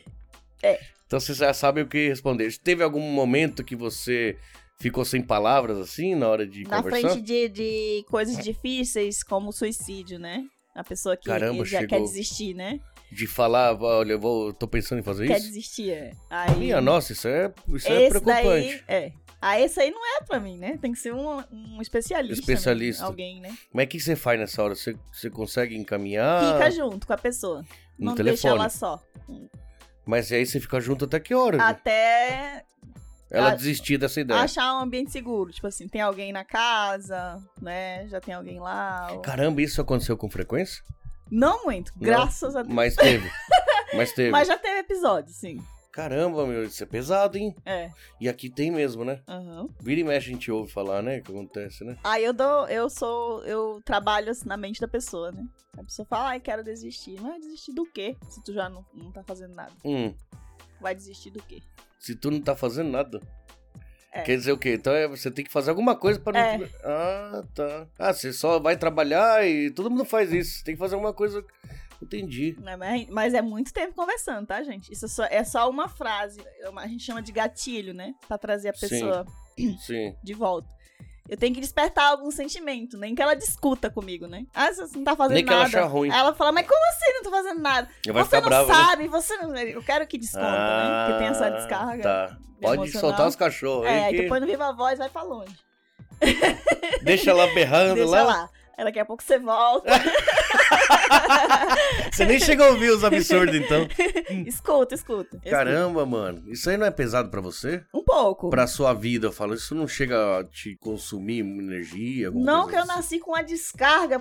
B: É.
A: Então você já sabe o que responder. Teve algum momento que você ficou sem palavras, assim, na hora de
B: Na
A: conversar?
B: frente de, de coisas difíceis, como o suicídio, né? A pessoa que
A: Caramba,
B: já
A: chegou.
B: quer desistir, né?
A: De falar, olha, eu vou, tô pensando em fazer
B: Quer
A: isso?
B: desistir, é. Aí,
A: Minha nossa, isso é, isso é
B: esse
A: preocupante.
B: daí, é. Ah, esse aí não é pra mim, né? Tem que ser um, um especialista. né?
A: Especialista.
B: Alguém, né?
A: Como é que você faz nessa hora? Você, você consegue encaminhar
B: Fica junto com a pessoa.
A: Ah. no
B: não deixa
A: telefone?
B: ela só.
A: Mas aí você fica junto até que hora?
B: Até
A: Ela
B: a-
A: desistir dessa ideia.
B: achar um ambiente seguro. Tipo assim, tem alguém na casa, né? Já tem alguém lá. ou-
A: Caramba, isso aconteceu com frequência?
B: Não muito, graças a Deus.
A: Mas teve. Mas teve.
B: Mas já teve episódio, sim.
A: Caramba, meu, isso é pesado, hein?
B: É.
A: E aqui tem mesmo, né?
B: Aham.
A: Vira e mexe a gente ouve falar, né? Que acontece, né?
B: Aí eu dou, eu sou, eu trabalho assim, na mente da pessoa, né? A pessoa fala, ai, quero desistir. Mas desistir do quê? Se tu já não, não tá fazendo nada.
A: Hum,
B: Vai desistir do quê?
A: se tu não tá fazendo nada.
B: É.
A: Quer dizer o quê? Então é, você tem que fazer alguma coisa pra não.
B: É.
A: Ah, tá. Ah, você só vai trabalhar e todo mundo faz isso. Tem que fazer alguma coisa. Entendi.
B: Né, Mas, mas é muito tempo conversando, tá, gente? Isso é só, é só uma frase. É uma- A gente chama de gatilho, né? Pra trazer a
A: Sim.
B: pessoa
A: Sim.
B: de volta. Eu tenho que despertar algum sentimento, nem que ela discuta comigo, né? Ah, você não tá fazendo
A: Nem que ela
B: nada.
A: achar ruim.
B: Aí Ela fala, mas como assim não tô fazendo nada?
A: Vai
B: você
A: ficar
B: não
A: brava. né?
B: sabe, você não. Eu quero que desconta, né? Porque tem essa
A: Ah,
B: descarga.
A: Tá. Pode
B: emocional.
A: soltar os cachorros
B: É,
A: aí.
B: aí
A: que
B: depois no Viva Voz vai pra longe.
A: Deixa ela berrando
B: Deixa
A: lá.
B: lá. Aí daqui a pouco você volta,
A: Você nem chegou a ouvir os absurdos, então.
B: escuta, escuta. escuta.
A: Caramba, mano. Isso aí não é pesado pra você?
B: Um pouco.
A: Pra sua vida, eu falo. Isso não chega a te consumir energia? alguma
B: Não
A: coisa
B: que eu
A: assim?
B: nasci com uma descarga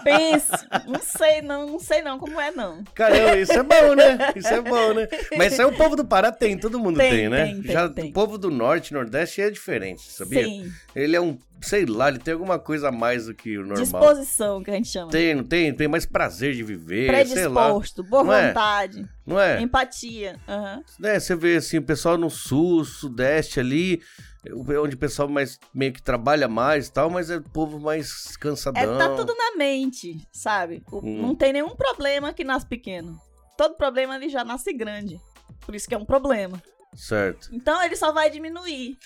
B: Pense, não sei não, não sei não como é não.
A: Caramba, isso é bom, né? Isso é bom, né? Mas isso aí o povo do Pará tem, todo mundo tem,
B: Tem,
A: né?
B: tem, tem,
A: Já
B: tem.
A: o povo do Norte, Nordeste é diferente, sabia?
B: Sim,
A: Ele é um, sei lá, ele tem alguma coisa a mais do que o normal.
B: disposição que a gente chama.
A: Tem, não tem? Tem mais prazer de viver, sei lá.
B: Predisposto, boa
A: Não é?
B: vontade,
A: Não é?
B: empatia. aham.
A: né, você vê assim, o pessoal no sul, sudeste ali, é, o- onde o pessoal mais meio que trabalha mais e tal, mas é o povo mais cansadão.
B: É, tá tudo na mente, sabe? O-
A: Hum.
B: Não tem nenhum problema que nasce pequeno. Todo problema ele já nasce grande. Por isso que é um problema.
A: Certo.
B: Então ele só vai diminuir.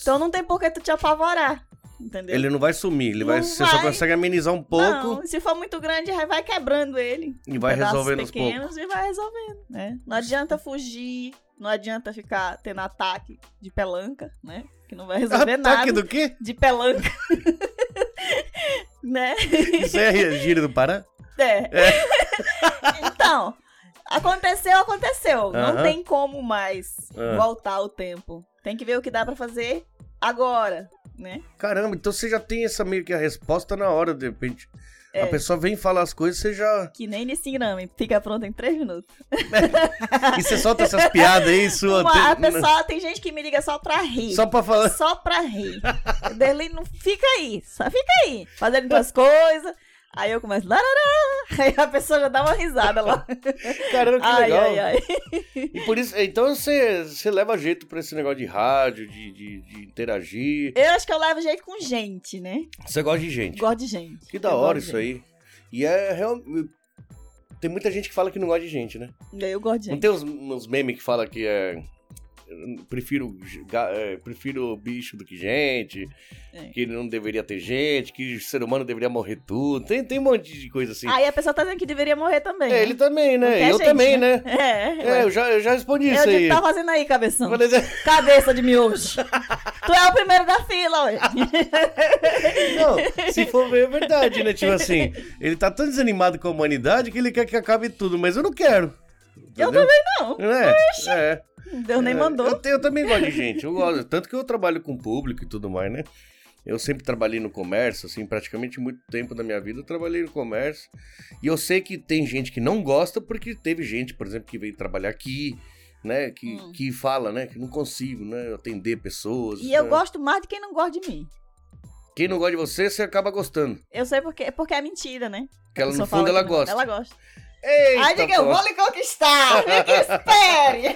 B: Então não tem por que tu te apavorar. Entendeu?
A: Ele não vai sumir, ele vai,
B: Não
A: você só
B: vai.
A: consegue amenizar um pouco
B: Não, se for muito grande, aí vai quebrando ele.
A: e vai
B: Pedaços
A: resolvendo aos poucos.
B: pequenos e vai resolvendo, né? Não adianta fugir, não adianta ficar tendo ataque de pelanca, né? Que não vai resolver
A: Ataque
B: nada.
A: Ah, tá do quê?
B: De pelanca. né?
A: Isso é gíria do Pará?
B: É. então, aconteceu, aconteceu. Não
A: Aham.
B: tem como mais
A: Ah.
B: voltar o tempo. Tem que ver o que dá pra fazer agora, né?
A: Caramba, então você já tem essa meio que a resposta na hora, de repente.
B: É.
A: A pessoa vem falar as coisas, você já.
B: Que nem nesse engrame, fica pronto em três minutos.
A: E você solta essas piadas aí, sua.
B: Uma, a
A: tem-
B: pessoa, tem gente que me liga só pra rir.
A: Só pra falar.
B: só pra rir. Dele não fica aí, só fica aí, fazendo tuas coisas. Aí eu começo, larará, aí a pessoa já dá uma risada lá.
A: Caramba, que
B: Ai,
A: legal.
B: ai, ai.
A: E por isso, então você, você leva jeito pra esse negócio de rádio, de, de- de interagir.
B: Eu acho que eu levo jeito com gente, né?
A: Você gosta de gente.
B: Gosto de gente.
A: Que da
B: Eu
A: hora
B: gosto de
A: isso aí. E é realmente. Tem muita gente que fala que não gosta de gente, né?
B: gente. Eu gosto de
A: Não
B: gente.
A: tem uns, uns memes que fala que é. eu Prefiro, ga- é, prefiro bicho do que gente,
B: É.
A: que não deveria ter gente, que o ser humano deveria morrer tudo. Tem, tem um monte de coisa assim.
B: Aí a pessoa tá dizendo que deveria morrer também.
A: é, ele também,
B: Não
A: né?
B: quer
A: Eu
B: gente,
A: também, né?
B: né? É,
A: É,
B: ué.
A: eu já, eu já respondi
B: É
A: isso
B: o que
A: aí.
B: tá fazendo aí, cabeção?
A: Quando ele-
B: Cabeça de miojo. tu é o primeiro da fila, ué.
A: Não, se for ver, é verdade, né? Tipo assim, ele tá tão desanimado com a humanidade que ele quer que acabe tudo, mas eu não quero.
B: Eu
A: também
B: não.
A: É, é.
B: Deus nem
A: É,
B: mandou.
A: Eu, te- eu também gosto de gente. Eu gosto. Tanto que eu trabalho com público e tudo mais, né? Eu sempre trabalhei no comércio, assim, praticamente muito tempo da minha vida eu trabalhei no comércio. E eu sei que tem gente que não gosta porque teve gente, por exemplo, que veio trabalhar aqui, né? Que,
B: Hum.
A: que fala, né? Que não consigo, né? Atender pessoas.
B: E eu
A: né?
B: gosto mais de quem não gosta de mim.
A: Quem não gosta de você, você acaba gostando.
B: Eu sei porque, porque é mentira, né?
A: Porque ela,
B: A pessoa
A: no
B: fala
A: fundo, ela
B: que não,
A: gosta.
B: Ela gosta.
A: Eita,
B: Ai, diga, eu
A: pô.
B: vou lhe conquistar. Fique espere.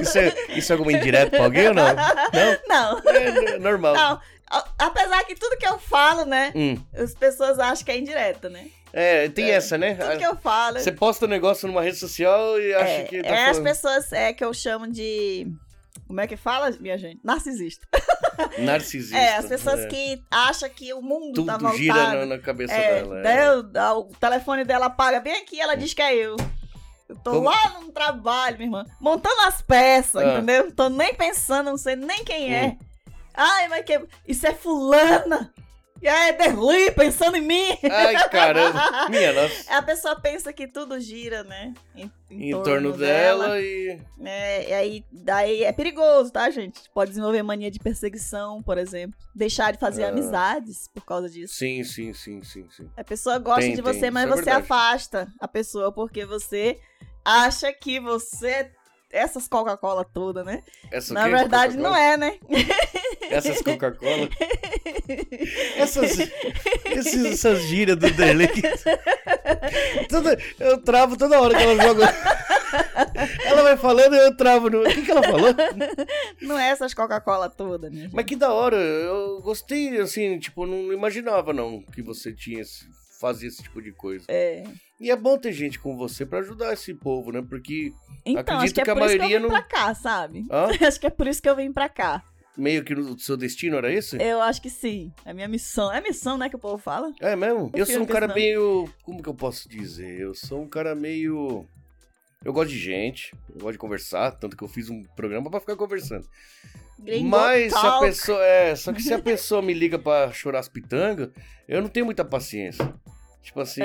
A: Isso é, isso é alguma indireta pra alguém ou não? Não?
B: Não,
A: É n- normal.
B: não. A- Apesar que tudo que eu falo, né?
A: Hum.
B: As pessoas acham que é indireta, né?
A: É, tem essa, né?
B: Tudo que eu falo.
A: Você posta um negócio numa rede social e acha
B: é,
A: que tá
B: é as
A: falando...
B: pessoas é, que eu chamo de. Como é que fala, minha gente? Narcisista.
A: narcisista.
B: é, as pessoas
A: É.
B: que acham que o mundo
A: Tudo
B: tá voltado.
A: gira né? na, na cabeça
B: é,
A: dela. é.
B: deu- a- o telefone dela apaga bem aqui, ela diz que é eu. Eu tô
A: Como-
B: lá no trabalho, minha irmã, montando as peças,
A: Ah.
B: entendeu? Tô nem pensando, não sei nem quem é. Ai, mas que. Isso é fulana! E aí, Derli, pensando em mim!
A: Ai, caramba. Minha nossa.
B: A pessoa pensa que tudo gira, né? Em,
A: Em torno dela e...
B: É, e aí, daí é perigoso, tá, gente? Pode desenvolver mania de perseguição, por exemplo. Deixar de fazer
A: Ah.
B: amizades por causa disso.
A: Sim, sim, sim, sim, sim.
B: A pessoa gosta
A: Tem,
B: de
A: tem,
B: você,
A: isso
B: mas
A: é
B: você
A: verdade.
B: afasta a pessoa porque você acha que você. é Essas Coca-Cola toda, né?
A: Essa
B: Na verdade, não é, né?
A: Essas Coca-Cola. Essas, esses- essas gírias do Derlei. Toda- eu travo toda hora que ela joga. Ela vai falando eu travo. No... O que, que ela falou?
B: Não é essas Coca-Cola toda, minha gente.
A: Mas que da hora. Eu gostei, assim, tipo, não imaginava não que você tinha esse, fazia esse tipo de coisa.
B: É.
A: E é bom ter gente com você pra ajudar esse povo, né? Porque
B: Então,
A: Acredito
B: acho que é
A: que a
B: por isso que eu
A: maioria
B: vim
A: não-
B: pra cá, sabe?
A: ah,
B: Acho que é por isso que eu vim pra cá.
A: meio que o seu destino era esse?
B: Eu acho que sim. A minha missão. É missão, né, que o povo fala?
A: É mesmo? Eu sou um
B: filme
A: cara
B: desse
A: meio. Como que eu posso dizer? Eu sou um cara meio. Eu gosto de gente, eu gosto de conversar, tanto que eu fiz um programa pra ficar conversando.
B: Gringo
A: Mas se a
B: talk.
A: pessoa. É, só que se a pessoa me liga pra chorar as pitangas, eu não tenho muita paciência. Tipo assim.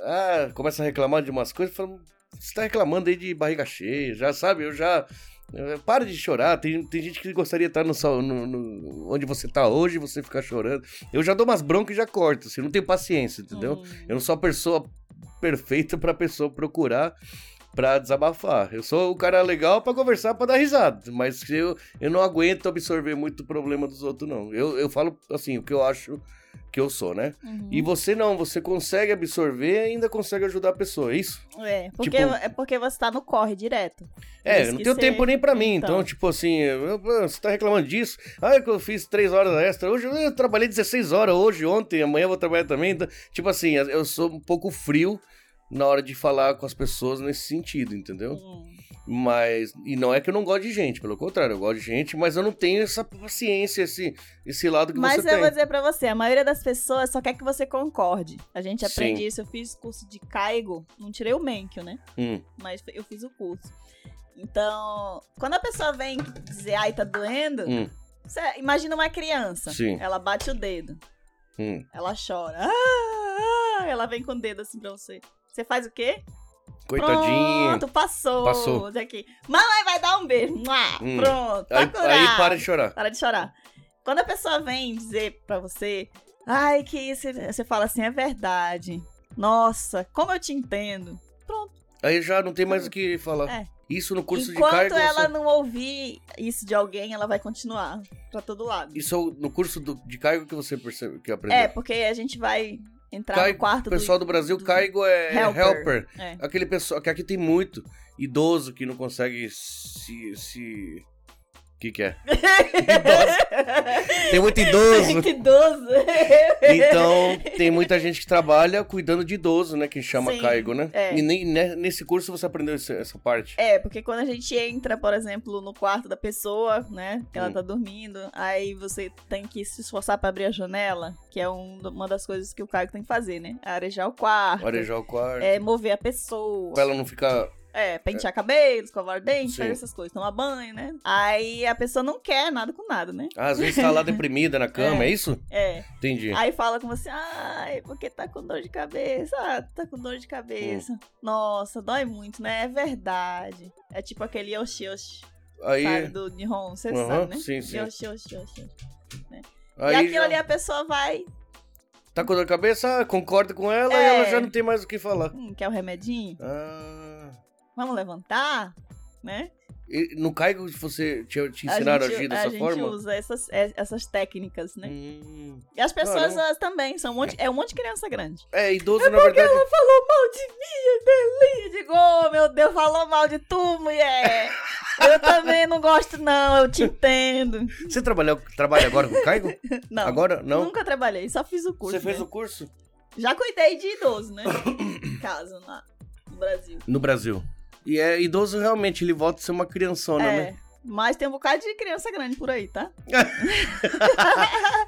A: Ah, começa a reclamar de umas coisas, fala. Você tá reclamando aí de barriga cheia, já sabe? Eu já. eh, Para de chorar, tem, tem gente que gostaria de estar no, sal- no- no- onde você tá hoje e você ficar chorando. Eu já dou umas broncas e já corto, assim, não tenho paciência, entendeu?
B: Hum.
A: Eu não sou a pessoa perfeita pra pessoa procurar pra desabafar. Eu sou o cara legal pra conversar, pra dar risada. Mas eu, eu não aguento absorver muito o problema dos outros, não. Eu, eu falo, assim, o que eu acho que eu sou, né?
B: Uhum.
A: E você não, você consegue absorver e ainda consegue ajudar a pessoa, é isso?
B: É, porque,
A: Tipo-
B: é porque você tá no corre direto.
A: É,
B: Isso
A: eu não
B: que
A: tenho
B: cê-
A: tempo nem pra mim. Então,
B: então.
A: tipo assim, eu- eu- você tá reclamando disso? Ah, que eu fiz três horas extra. Hoje eu trabalhei 16 horas, hoje, ontem, amanhã eu vou trabalhar também. Então, tipo assim, eu sou um pouco frio na hora de falar com as pessoas nesse sentido, entendeu?
B: Hum.
A: Mas. E não é que eu não gosto de gente, pelo contrário, eu gosto de gente, mas eu não tenho essa paciência, esse, esse lado que
B: Mas
A: você
B: eu
A: tem.
B: vou dizer pra você, a maioria das pessoas só quer que você concorde. A gente aprende
A: Sim.
B: isso. Eu fiz curso de caigo, não tirei o Menkyo, né?
A: Hum,
B: Mas eu fiz o curso. Então, quando a pessoa vem dizer, ai, tá doendo,
A: hum,
B: você imagina uma criança.
A: Sim.
B: Ela bate o dedo.
A: hum.
B: Ela chora. Ah, ah, ela vem com o dedo assim pra você. Você faz o quê?
A: Coitadinha.
B: Pronto, passou.
A: Passou.
B: Isso Aqui. Mamãe vai dar um beijo. Mua,
A: Hum.
B: Pronto, tá
A: Aí,
B: curado.
A: aí para de chorar.
B: Para de chorar. Quando a pessoa vem dizer pra você, ai, que isso, você fala assim, é verdade. Nossa, como eu te entendo. Pronto.
A: Aí já não tem mais o que falar.
B: É.
A: Isso no curso
B: Enquanto
A: de cargo.
B: ela
A: você-
B: não ouvir isso de alguém, ela vai continuar pra todo lado.
A: Isso é o- no curso do- de cargo que você percebe, que aprendeu.
B: É, porque a gente vai entrar
A: Caigo,
B: no quarto
A: O pessoal do Brasil, caigo é helper.
B: Helper. É.
A: Aquele pessoal que aqui tem muito idoso que não consegue se. se... O que, que é? Tem muito idoso.
B: que idoso.
A: Então, tem muita gente que trabalha cuidando de idoso, né? Que chama
B: Sim,
A: caigo, né?
B: é.
A: E nem, né, nesse curso você aprendeu essa, essa parte.
B: É, porque quando a gente entra, por exemplo, no quarto da pessoa, né? Que ela
A: Hum.
B: tá dormindo, aí você tem que se esforçar pra abrir a janela, que é um- uma das coisas que o Caio tem que fazer, né? Arejar o quarto.
A: Arejar o quarto.
B: É, mover a pessoa.
A: Pra ela não ficar.
B: É, pentear cabelo, escovar o dente,
A: Sim.
B: fazer essas coisas, tomar banho, né? Aí a pessoa não quer nada com nada, né?
A: Ah, às vezes tá lá deprimida na cama, é, isso?
B: É.
A: Entendi.
B: Aí fala com você, ai, porque tá com dor de cabeça, ah, tá com dor de cabeça. Nossa, dói muito, né? É verdade. É tipo aquele yoshi yoshi,
A: Aí.
B: Ah, sabe, do Nihon, você
A: Aham,
B: sabe, né?
A: sim, sim.
B: Yoshi yoshi yoshi.
A: aí
B: e aquilo
A: já
B: ali a pessoa vai,
A: Tá com dor de cabeça, concorda com ela e
B: É.
A: ela já não tem mais o que falar.
B: hum, quer o remedinho?
A: Ah.
B: Vamos levantar, né?
A: E no Caigo você te, te
B: A
A: ensinaram a,
B: gente-
A: agir dessa
B: a
A: forma?
B: gente usa essas, é- essas técnicas, né?
A: Hum.
B: E as pessoas
A: Caramba.
B: elas também, são um monte, é um monte de criança grande.
A: É, idoso, na verdade.
B: Ela falou mal de
A: é
B: mim, Adelinha. Eu digo, oh, meu Deus, falou mal de tu, mulher. Eu também não gosto, não, eu te entendo.
A: Você trabalhou, trabalha agora com Caigo?
B: Não,
A: Agora? Não.
B: nunca trabalhei, só fiz o curso.
A: você fez
B: né?
A: o curso?
B: Já cuidei de idoso, né? Em casa, lá no Brasil.
A: No Brasil. E é idoso realmente, ele volta a ser uma criançona,
B: é,
A: né?
B: mas tem um bocado de criança grande por aí, tá?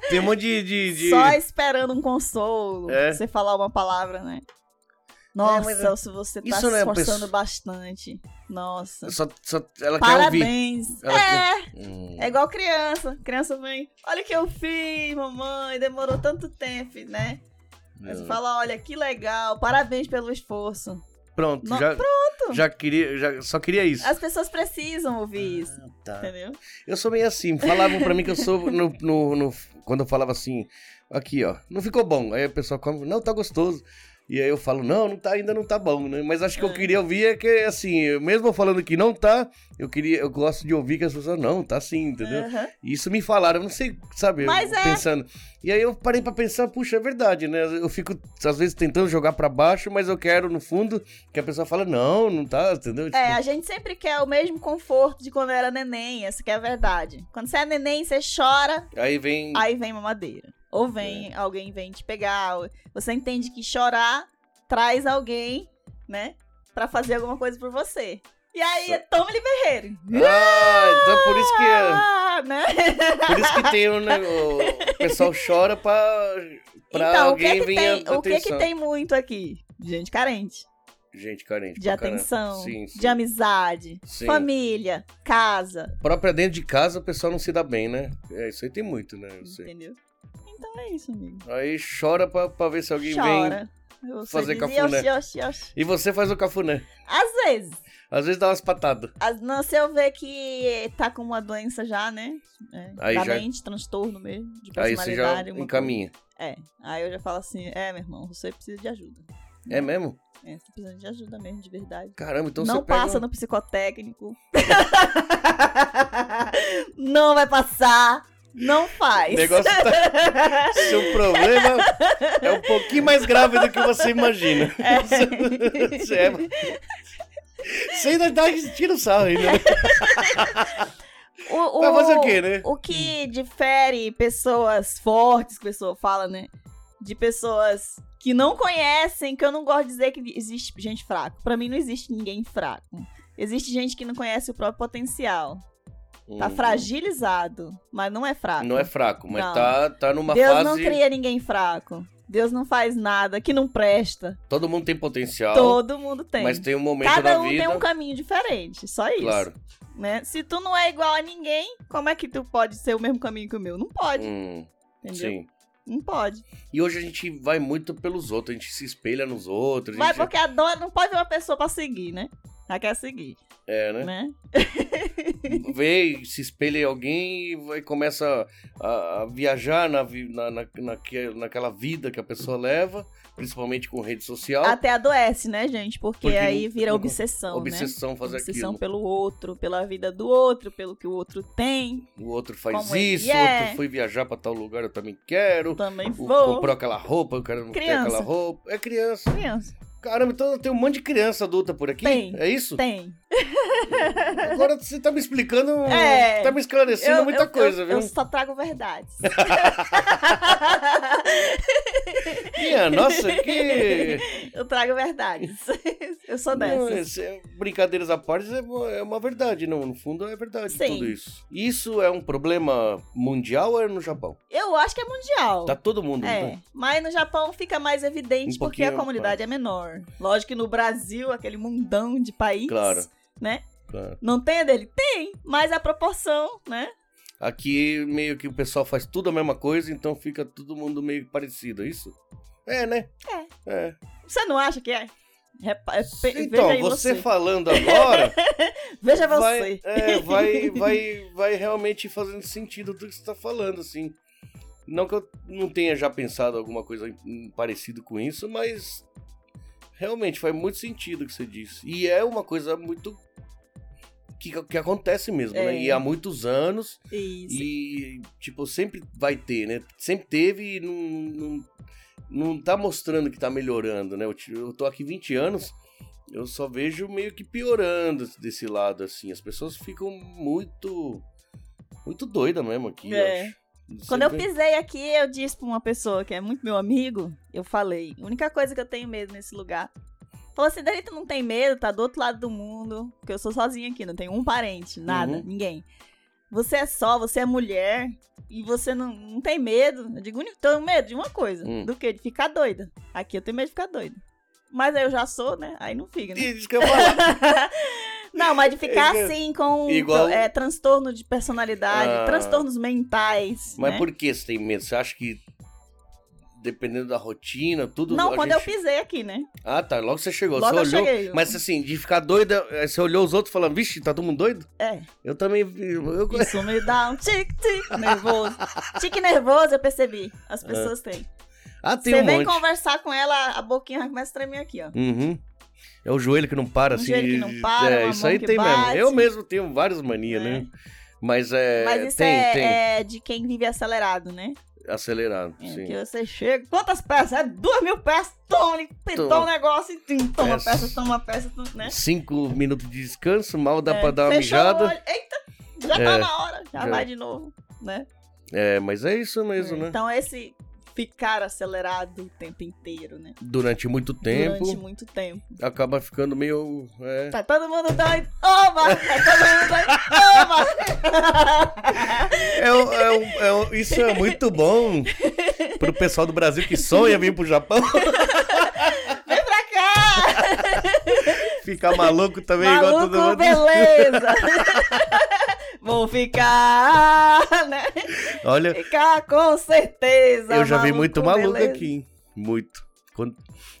A: Tem um monte de. de, de-
B: Só esperando um consolo,
A: É.
B: você falar uma palavra, né? Nossa,
A: mas-
B: se você tá
A: Isso
B: se
A: não é uma
B: esforçando
A: pessoa-
B: bastante. Nossa.
A: Só, só- ela quer ouvir. Ah.
B: Parabéns.
A: Ela
B: é,
A: Hum.
B: É igual criança. Criança vem, olha o que eu fiz, mamãe, demorou tanto tempo, né? Aí
A: É.
B: você fala, olha, que legal, parabéns pelo esforço.
A: Pronto,
B: Não,
A: já, Já queria, já, só queria isso.
B: As pessoas precisam ouvir isso,
A: Ah, tá.
B: entendeu?
A: Eu sou meio assim, falavam pra mim que eu sou no, no- no- quando eu falava assim, aqui ó, não ficou bom. Aí o pessoal come, não, tá gostoso. E aí eu falo, não, não tá, ainda não tá bom, né? Mas acho que eu queria ouvir é que, assim, eu mesmo falando que não tá, eu queria, eu gosto de ouvir que as pessoas, não, tá sim, entendeu?
B: Aham.
A: Isso me falaram, eu não sei, sabe? eu
B: É. Mas é.
A: Pensando. E aí eu parei pra pensar, puxa, é verdade, né? Eu fico, às vezes, tentando jogar pra baixo, mas eu quero, no fundo, que a pessoa fala, não, não tá, entendeu?
B: É, a gente sempre quer o mesmo conforto de quando era neném, essa que é a verdade. Quando você é neném, você chora,
A: Tipo, Aí vem.
B: aí vem mamadeira. Ou
A: É.
B: vem, alguém vem te pegar. ou- Você entende que chorar traz alguém, né? Pra fazer alguma coisa por você. E aí, toma-lhe berreiro.
A: Ah, então por isso que.
B: Ah, né?
A: Por isso que tem um negócio. O pessoal chora pra. pra
B: então, o que, é
A: alguém
B: que
A: vir
B: tem,
A: a
B: o que é que
A: atenção.
B: tem muito aqui? Gente carente.
A: Gente carente.
B: De
A: pra caramba.
B: atenção,
A: Sim, sim.
B: de amizade,
A: Sim.
B: família, casa.
A: Própria dentro de casa o pessoal não se dá bem, né? É, isso aí tem muito, né? Eu sei.
B: Entendeu? Então é isso, amigo.
A: Aí chora pra, pra ver se alguém vem.
B: Chora. Você
A: fazer
B: diz,
A: cafuné.
B: "Oxi, oxi, oxi."
A: E você faz o cafuné.
B: Às vezes.
A: Às vezes dá umas patadas.
B: As, não, se eu ver que tá com uma doença já, né? É,
A: Aí
B: da
A: já-
B: mente, transtorno mesmo, de
A: Aí você já
B: personalidade. uma
A: encaminha.
B: coisa. É. Aí eu já falo assim, é, meu irmão, você precisa de ajuda.
A: É mesmo?
B: É, você precisa de ajuda mesmo, de verdade.
A: Caramba, então
B: não
A: você pega.
B: passa no psicotécnico. não vai passar. Não faz.
A: O negócio tá... Seu problema é um pouquinho mais grave do que você imagina.
B: É.
A: Você é... Você ainda tá tira o sarro ainda. Né?
B: O,
A: Vai fazer o quê, né?
B: O que difere pessoas fortes, que a pessoa fala, né? De pessoas que não conhecem, que eu não gosto de dizer que existe gente fraca. Pra mim não existe ninguém fraco. Existe gente que não conhece o próprio potencial. Tá
A: Hum,
B: fragilizado, mas não é fraco.
A: Não é fraco, mas
B: Não.
A: tá, tá numa
B: Deus
A: fase.
B: não cria ninguém fraco. Deus não faz nada que não presta.
A: Todo mundo tem potencial.
B: Todo mundo tem.
A: Mas tem um momento
B: Cada
A: da
B: um
A: vida.
B: tem um caminho diferente, só isso.
A: Claro.
B: né? Se tu não é igual a ninguém, como é que tu pode ser o mesmo caminho que o meu? Não pode,
A: Hum,
B: entendeu?
A: sim.
B: Não pode.
A: E hoje a gente vai muito pelos outros, a gente se espelha nos outros. a
B: Mas
A: gente...
B: porque a dona não pode ver uma pessoa pra seguir, né? Ela quer seguir,
A: É, né?
B: né?
A: Vê, se espelha em alguém e vai- começa a, a viajar na, vi- na, na, naque- naquela vida que a pessoa leva, principalmente com rede social.
B: Até adoece, né, gente? Porque,
A: Porque
B: aí
A: não-
B: vira
A: não-
B: obsessão, né?
A: obsessão fazer
B: obsessão
A: aquilo.
B: pelo outro, pela vida do outro, pelo que o outro tem.
A: O outro faz
B: Como ele
A: isso, o
B: é.
A: outro foi viajar pra tal lugar, eu também quero.
B: Também
A: O-
B: vou.
A: comprou aquela roupa, eu quero não ter
B: Criança.
A: aquela roupa. É criança.
B: Criança.
A: Caramba, então tem um monte de criança adulta por aqui?
B: Tem.
A: É isso?
B: Tem.
A: Agora você tá me explicando,
B: É.
A: tá me esclarecendo muita coisa,
B: eu,
A: viu?
B: eu só trago verdades.
A: Minha, é? nossa, que...
B: eu trago verdades. Eu sou
A: Não,
B: dessas.
A: esse é- brincadeiras à parte, é uma- é uma verdade, não? No fundo, é verdade
B: Sim.
A: tudo isso. Isso é um problema mundial ou é no Japão?
B: Eu acho que é mundial.
A: Tá todo mundo,
B: É,
A: né?
B: mas no Japão fica mais evidente
A: Um
B: porque a
A: pouquinho,
B: comunidade é menor. Lógico que no Brasil, aquele mundão de país,
A: Claro.
B: né?
A: Claro.
B: Não tem a dele? Tem, mas a proporção, né?
A: Aqui, meio que o pessoal faz tudo a mesma coisa, então fica todo mundo meio parecido, é isso? É, né? É. É.
B: Você não acha que é? Repa- é, pe-
A: Então,
B: veja aí
A: você
B: você.
A: falando agora...
B: Veja você.
A: vai, é, vai, vai, vai realmente fazendo sentido tudo que você tá falando, assim. Não que eu não tenha já pensado alguma coisa em- parecido com isso, mas realmente faz muito sentido o que você disse. E é uma coisa muito que, que acontece mesmo, né?
B: É.
A: E há muitos anos
B: Isso.
A: e tipo sempre vai ter, né? Sempre teve e não, não, não tá mostrando que tá melhorando, né? Eu, ti- eu tô aqui 20 anos, eu só vejo meio que piorando desse lado assim. As pessoas ficam muito muito doida mesmo aqui, eu
B: É.
A: acho. Não
B: Quando eu
A: sei bem.
B: pisei aqui, eu disse pra uma pessoa que é muito meu amigo, eu falei, a única coisa que eu tenho medo nesse lugar. Falou assim, Dani, tu não tem medo, tá do outro lado do mundo, porque eu sou sozinha aqui, não tenho um parente, nada,
A: Uhum.
B: ninguém. Você é só, você é mulher, e você não, não tem medo. Eu digo, "Único- tenho medo de uma coisa,
A: Hum.
B: do que? De ficar doida. Aqui eu tenho medo de ficar doida. Mas aí eu já sou, né? Aí não fica, né?
A: Ih, isso que eu ia falar.
B: Não, mas de ficar
A: É,
B: assim com
A: igual-
B: é, transtorno de personalidade,
A: Ah.
B: transtornos mentais.
A: Mas
B: né?
A: por que você tem medo? Você acha que dependendo da rotina, tudo
B: Não,
A: a
B: quando eu
A: gente-
B: pisei aqui, né?
A: Ah, tá, logo você chegou,
B: Logo
A: você
B: eu
A: olhou,
B: cheguei.
A: mas assim, de ficar doida, eh, você olhou os outros falando, vixe, tá todo mundo doido?
B: É.
A: Eu também. Eu, eu-
B: Isso me dá um tique-tique nervoso. Tique nervoso, eu percebi. As pessoas têm.
A: Ah, É. tem
B: Você
A: um
B: vem
A: monte.
B: conversar com ela, a boquinha já começa a tremer aqui, ó.
A: Uhum. É o joelho que não para,
B: Um
A: assim.
B: joelho que não para,
A: é,
B: uma
A: isso
B: mão
A: aí
B: que
A: tem mesmo.
B: bate.
A: Eu mesmo tenho várias manias,
B: É.
A: né? Mas é.
B: Mas isso
A: tem,
B: é,
A: tem.
B: é de quem vive acelerado, né?
A: Acelerado,
B: É,
A: sim.
B: que você chega. Quantas peças? É duas mil peças. Toma, ele pintou
A: Toma. É.
B: um negócio e tum, toma
A: Peça.
B: peça, toma peça, tu- né? É,
A: Cinco minutos de descanso, mal dá pra dar uma
B: Fechou o
A: mijada.
B: olho, Eita, já tá
A: É,
B: na hora. Já,
A: já.
B: vai de novo, né?
A: É, mas é isso mesmo, né?
B: Então esse ficar acelerado o tempo inteiro, né?
A: Durante muito tempo,
B: Durante muito tempo.
A: acaba ficando meio. é,
B: Tá todo mundo doido. Toma! Tá todo mundo doido.
A: É um- é um- é um- isso é muito bom pro pessoal do Brasil que sonha vir pro Japão.
B: Toma! Vem pra cá!
A: Ficar maluco também igual todo
B: Maluco,
A: mundo.
B: beleza! Vou ficar, né?
A: Olha,
B: Ficar com certeza.
A: eu já vi
B: maluco,
A: muito maluco
B: beleza.
A: aqui. hein? Muito. Quando-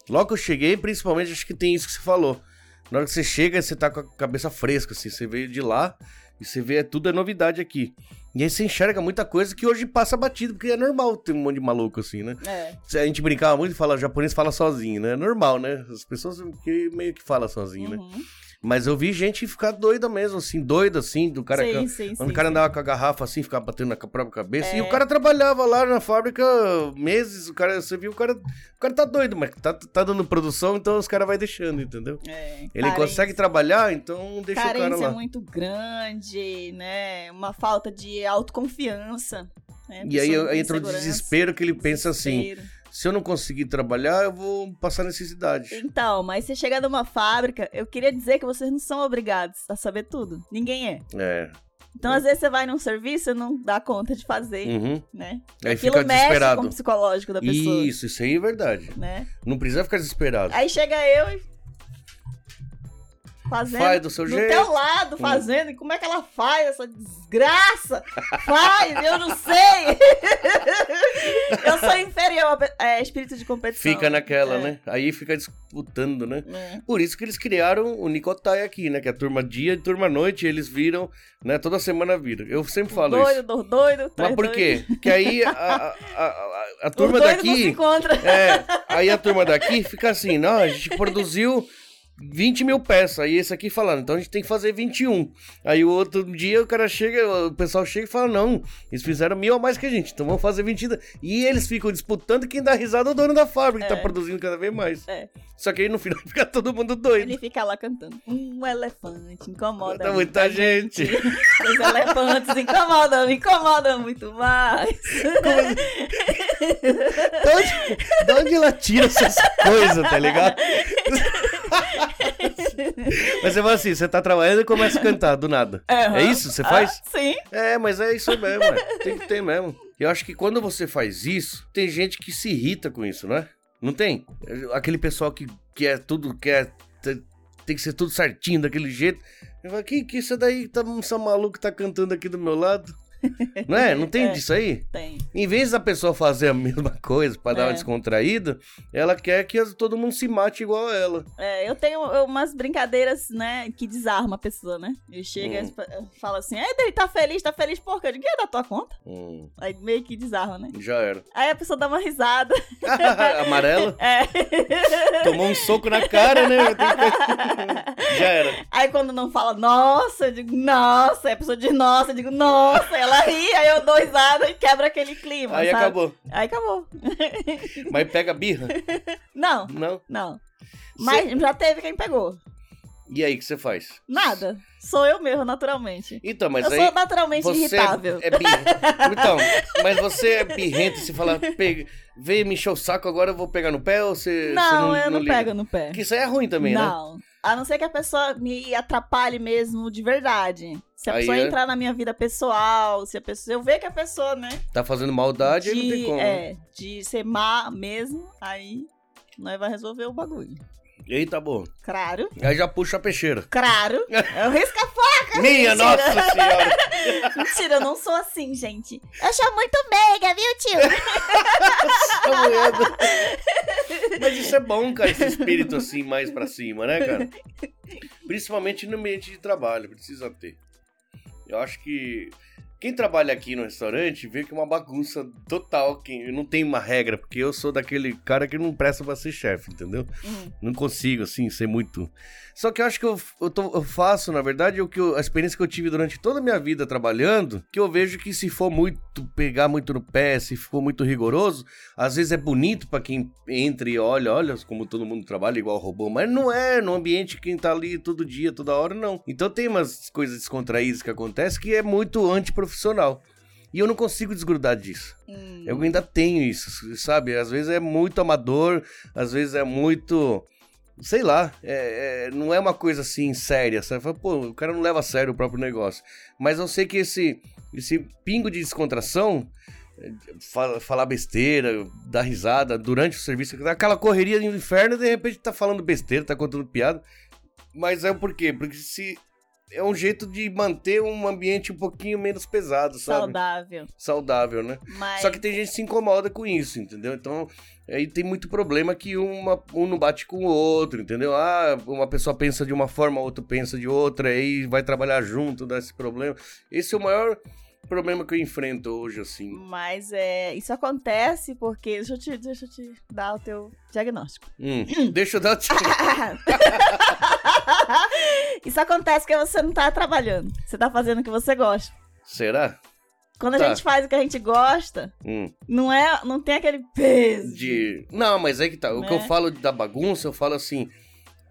A: Logo que eu cheguei, principalmente, acho que tem isso que você falou. Na hora que você chega, você tá com a cabeça fresca, assim. Você veio de lá e você vê é tudo é novidade aqui. E aí você enxerga muita coisa que hoje passa batido, porque é normal ter um monte de maluco assim, né?
B: É.
A: A gente brincava muito e falava, japonês fala sozinho, né? É normal, né? As pessoas que meio que falam sozinho, né?
B: Uhum.
A: Mas eu vi gente ficar doida mesmo, assim, doida, assim, do cara.
B: sim,
A: que-
B: sim,
A: quando
B: sim. É.
A: o cara andava com a garrafa assim, ficava batendo na própria cabeça. E o cara trabalhava lá na fábrica meses, o cara, você viu, o cara. O cara tá doido, mas tá, tá dando produção, então os caras vai deixando, entendeu?
B: É,
A: Ele
B: carência.
A: consegue trabalhar, então deixa o cara
B: carência é
A: lá.
B: muito grande, né? Uma falta de autoconfiança. né?
A: E aí,
B: Pessoa
A: aí
B: com
A: entra o
B: insegurança,
A: desespero que ele pensa assim:
B: desespero.
A: se eu não conseguir trabalhar, eu vou passar necessidade.
B: Então, mas você chega numa fábrica, eu queria dizer que vocês não são obrigados a saber tudo. Ninguém é.
A: É.
B: Então, às vezes, você vai num serviço e não dá conta de fazer,
A: Uhum.
B: né?
A: Aí
B: Aquilo
A: fica
B: mexe com
A: desesperado.
B: o psicológico da pessoa, É,
A: Isso, isso aí é verdade.
B: né?
A: Não precisa ficar desesperado.
B: Aí chega eu e... Fazendo
A: Faz do seu
B: do
A: jeito.
B: é
A: Hum.
B: teu lado fazendo. E como é que ela faz essa desgraça? faz, eu não sei. eu sou inferior a pe- é, espírito de competição.
A: Fica naquela,
B: É,
A: né? Aí fica disputando, né?
B: né?
A: Por isso que eles criaram o Nicotai aqui, né? Que é turma dia e turma noite, eles viram, né? Toda semana viram. Eu sempre falo
B: doido,
A: isso.
B: dor doido,
A: Mas
B: três
A: por
B: doido.
A: quê? Porque aí a, a, a, a- a
B: Os
A: turma
B: doidos não se
A: daqui.
B: encontra.
A: É, aí a turma daqui fica assim, não, a gente produziu 20 mil peças, aí esse aqui falando, então a gente tem que fazer 21. Aí o outro dia o cara chega, o pessoal chega e fala, não, eles fizeram mil a mais que a gente, então vamos fazer 22. E eles ficam disputando quem dá risada é o dono da fábrica, que
B: É.
A: tá produzindo cada vez mais.
B: É.
A: Só que aí no final fica todo mundo doido.
B: Ele fica lá cantando. Um elefante incomoda um."
A: Tá muita gente.
B: Os elefantes incomodam, incomodam muito mais.
A: De onde, de onde ela tira essas coisas, tá ligado? Mas você fala assim, você tá trabalhando e começa a cantar do nada. É isso? Você faz?
B: Ah, sim.
A: É, mas é isso mesmo, é. tem que ter mesmo. Eu acho que quando você faz isso, tem gente que se irrita com isso, né? Não tem? Aquele pessoal que quer tudo, quer. te- Tem que ser tudo certinho daquele jeito. Eu falo, que, que isso daí? Tá, essa maluca tá cantando aqui do meu lado. Não é? Não tem
B: É.
A: disso aí?
B: Tem.
A: Em vez da pessoa fazer a mesma coisa pra dar
B: É.
A: uma descontraída, ela quer que as- todo mundo se mate igual a ela.
B: É, eu tenho umas brincadeiras, né, que desarma a pessoa, né? Eu chego
A: Hum.
B: e fa- fala assim, é, ele tá feliz, tá feliz, porca, eu digo, é da tua conta? Aí meio que desarma, né?
A: Hum, já era.
B: Aí a pessoa dá uma risada.
A: Amarela,
B: É.
A: tomou um soco na cara, né? Já era.
B: Aí quando não fala, nossa, eu digo, nossa, aí a pessoa diz, nossa, eu digo, nossa, ela ri, aí eu dou risada e quebra aquele clima.
A: Aí
B: sabe?
A: acabou.
B: Aí acabou.
A: Mas pega birra?
B: Não,
A: Não.
B: não. Mas já teve quem pegou.
A: E aí, o que você faz?
B: Nada. Sou eu mesmo, naturalmente.
A: Então, mas
B: eu
A: aí.
B: sou naturalmente
A: você
B: irritável.
A: É, é birra. Então, mas você é birrento se falar, pega, vem me encher o saco agora, eu vou pegar no pé ou você. você
B: Não, eu não,
A: liga?
B: pego no pé.
A: Porque isso aí é ruim também, né?
B: não. A não ser que a pessoa me atrapalhe mesmo de verdade. Se a
A: Aí
B: pessoa
A: é-
B: entrar na minha vida pessoal, se a pessoa. Eu ver que a pessoa, né?
A: Tá fazendo maldade, aí não tem
B: de,
A: como. né?
B: é, de ser má mesmo, aí nós vai resolver o bagulho.
A: Eita, boa.
B: Claro,
A: Aí já puxa a peixeira.
B: claro. Eu risco a
A: Minha
B: mentira.
A: nossa senhora!
B: Mentira, eu não sou assim, gente. Eu sou muito meiga, viu, tio?
A: essa mulher- tá Mas isso é bom, cara, esse espírito assim mais pra cima, né, cara? Principalmente no ambiente de trabalho, precisa ter. Eu acho que Quem trabalha aqui no restaurante vê que é uma bagunça total, que não tem uma regra, porque eu sou daquele cara que não presta pra ser chefe, entendeu?
B: Uhum.
A: Não consigo, assim, ser muito. Só que eu acho que eu, eu, tô- eu faço, na verdade, o que eu- a experiência que eu tive durante toda a minha vida trabalhando, que eu vejo que se for muito, pegar muito no pé, se for muito rigoroso, às vezes é bonito pra quem entra e olha, olha como todo mundo trabalha igual robô, mas não é no ambiente quem tá ali todo dia, toda hora, não. Então tem umas coisas descontraídas que acontecem que é muito antiprofissional. E eu não consigo desgrudar disso.
B: Hum.
A: Eu ainda tenho isso, sabe? Às vezes é muito amador, às vezes é muito. Sei lá, é- é- não é uma coisa assim séria, sabe? Fala, Pô, o cara não leva a sério o próprio negócio. Mas eu sei que esse, esse pingo de descontração, é, fa- falar besteira, dar risada durante o serviço, aquela correria do inferno, de repente tá falando besteira, tá contando piada. Mas é por quê? Porque se. É um jeito de manter um ambiente um pouquinho menos pesado, sabe?
B: Saudável.
A: Saudável né?
B: Mas.
A: Só que tem gente que se incomoda com isso, entendeu? Então, aí tem muito problema que uma, um não bate com o outro, entendeu? Ah, uma pessoa pensa de uma forma, a outra pensa de outra, aí vai trabalhar junto, dá esse problema. Esse é o maior problema que eu enfrento hoje, assim.
B: Mas é, isso acontece porque. Deixa eu te, deixa eu te dar o teu diagnóstico.
A: Hum, deixa eu dar...
B: isso acontece porque você não tá trabalhando. Você tá fazendo o que você gosta.
A: Será?
B: Quando
A: Tá.
B: a gente faz o que a gente gosta,
A: Hum,
B: não é, não tem aquele peso.
A: de... Não, mas é que tá. O que eu
B: Né?
A: falo da bagunça, eu falo assim...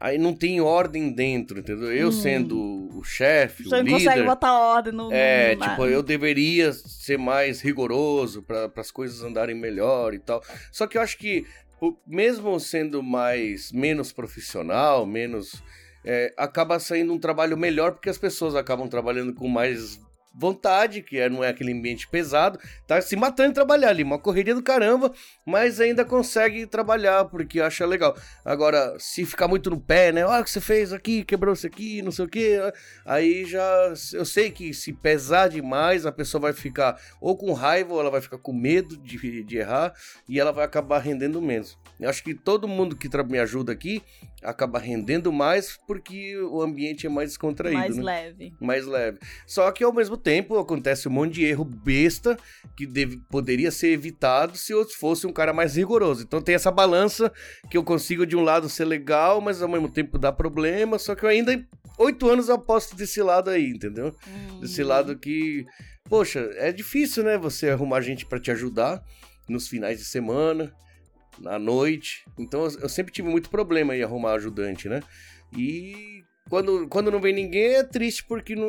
A: Aí não tem ordem dentro, entendeu? Eu
B: Hum.
A: sendo o chefe, o
B: Você não consegue
A: líder...
B: botar ordem no.
A: É,
B: no-
A: tipo, eu deveria ser mais rigoroso para as coisas andarem melhor e tal. Só que eu acho que, o- mesmo sendo mais menos profissional, menos. é, acaba saindo um trabalho melhor porque as pessoas acabam trabalhando com mais vontade, que é- não é aquele ambiente pesado, tá se matando em trabalhar ali, uma correria do caramba, mas ainda consegue trabalhar porque acha legal. Agora, se ficar muito no pé, né? Olha o que você fez aqui, quebrou isso aqui, não sei o quê. Aí já. Eu sei que se pesar demais, a pessoa vai ficar ou com raiva, ou ela vai ficar com medo de, de errar, e ela vai acabar rendendo menos. Eu acho que todo mundo que tra- me ajuda aqui acaba rendendo mais porque o ambiente é mais descontraído.
B: mais
A: né?
B: leve.
A: mais leve. Só que ao mesmo tempo acontece um monte de erro besta que deve- poderia ser evitado se eu fosse um cara mais rigoroso. Então tem essa balança que eu consigo de um lado ser legal, mas ao mesmo tempo dar problema. Só que eu ainda oito anos eu aposto desse lado aí, entendeu?
B: Hum.
A: Desse lado que, poxa, é difícil, né? Você arrumar gente pra te ajudar nos finais de semana, na noite. Então eu eu sempre tive muito problema em arrumar ajudante, né? E quando, quando não vem ninguém é triste porque não,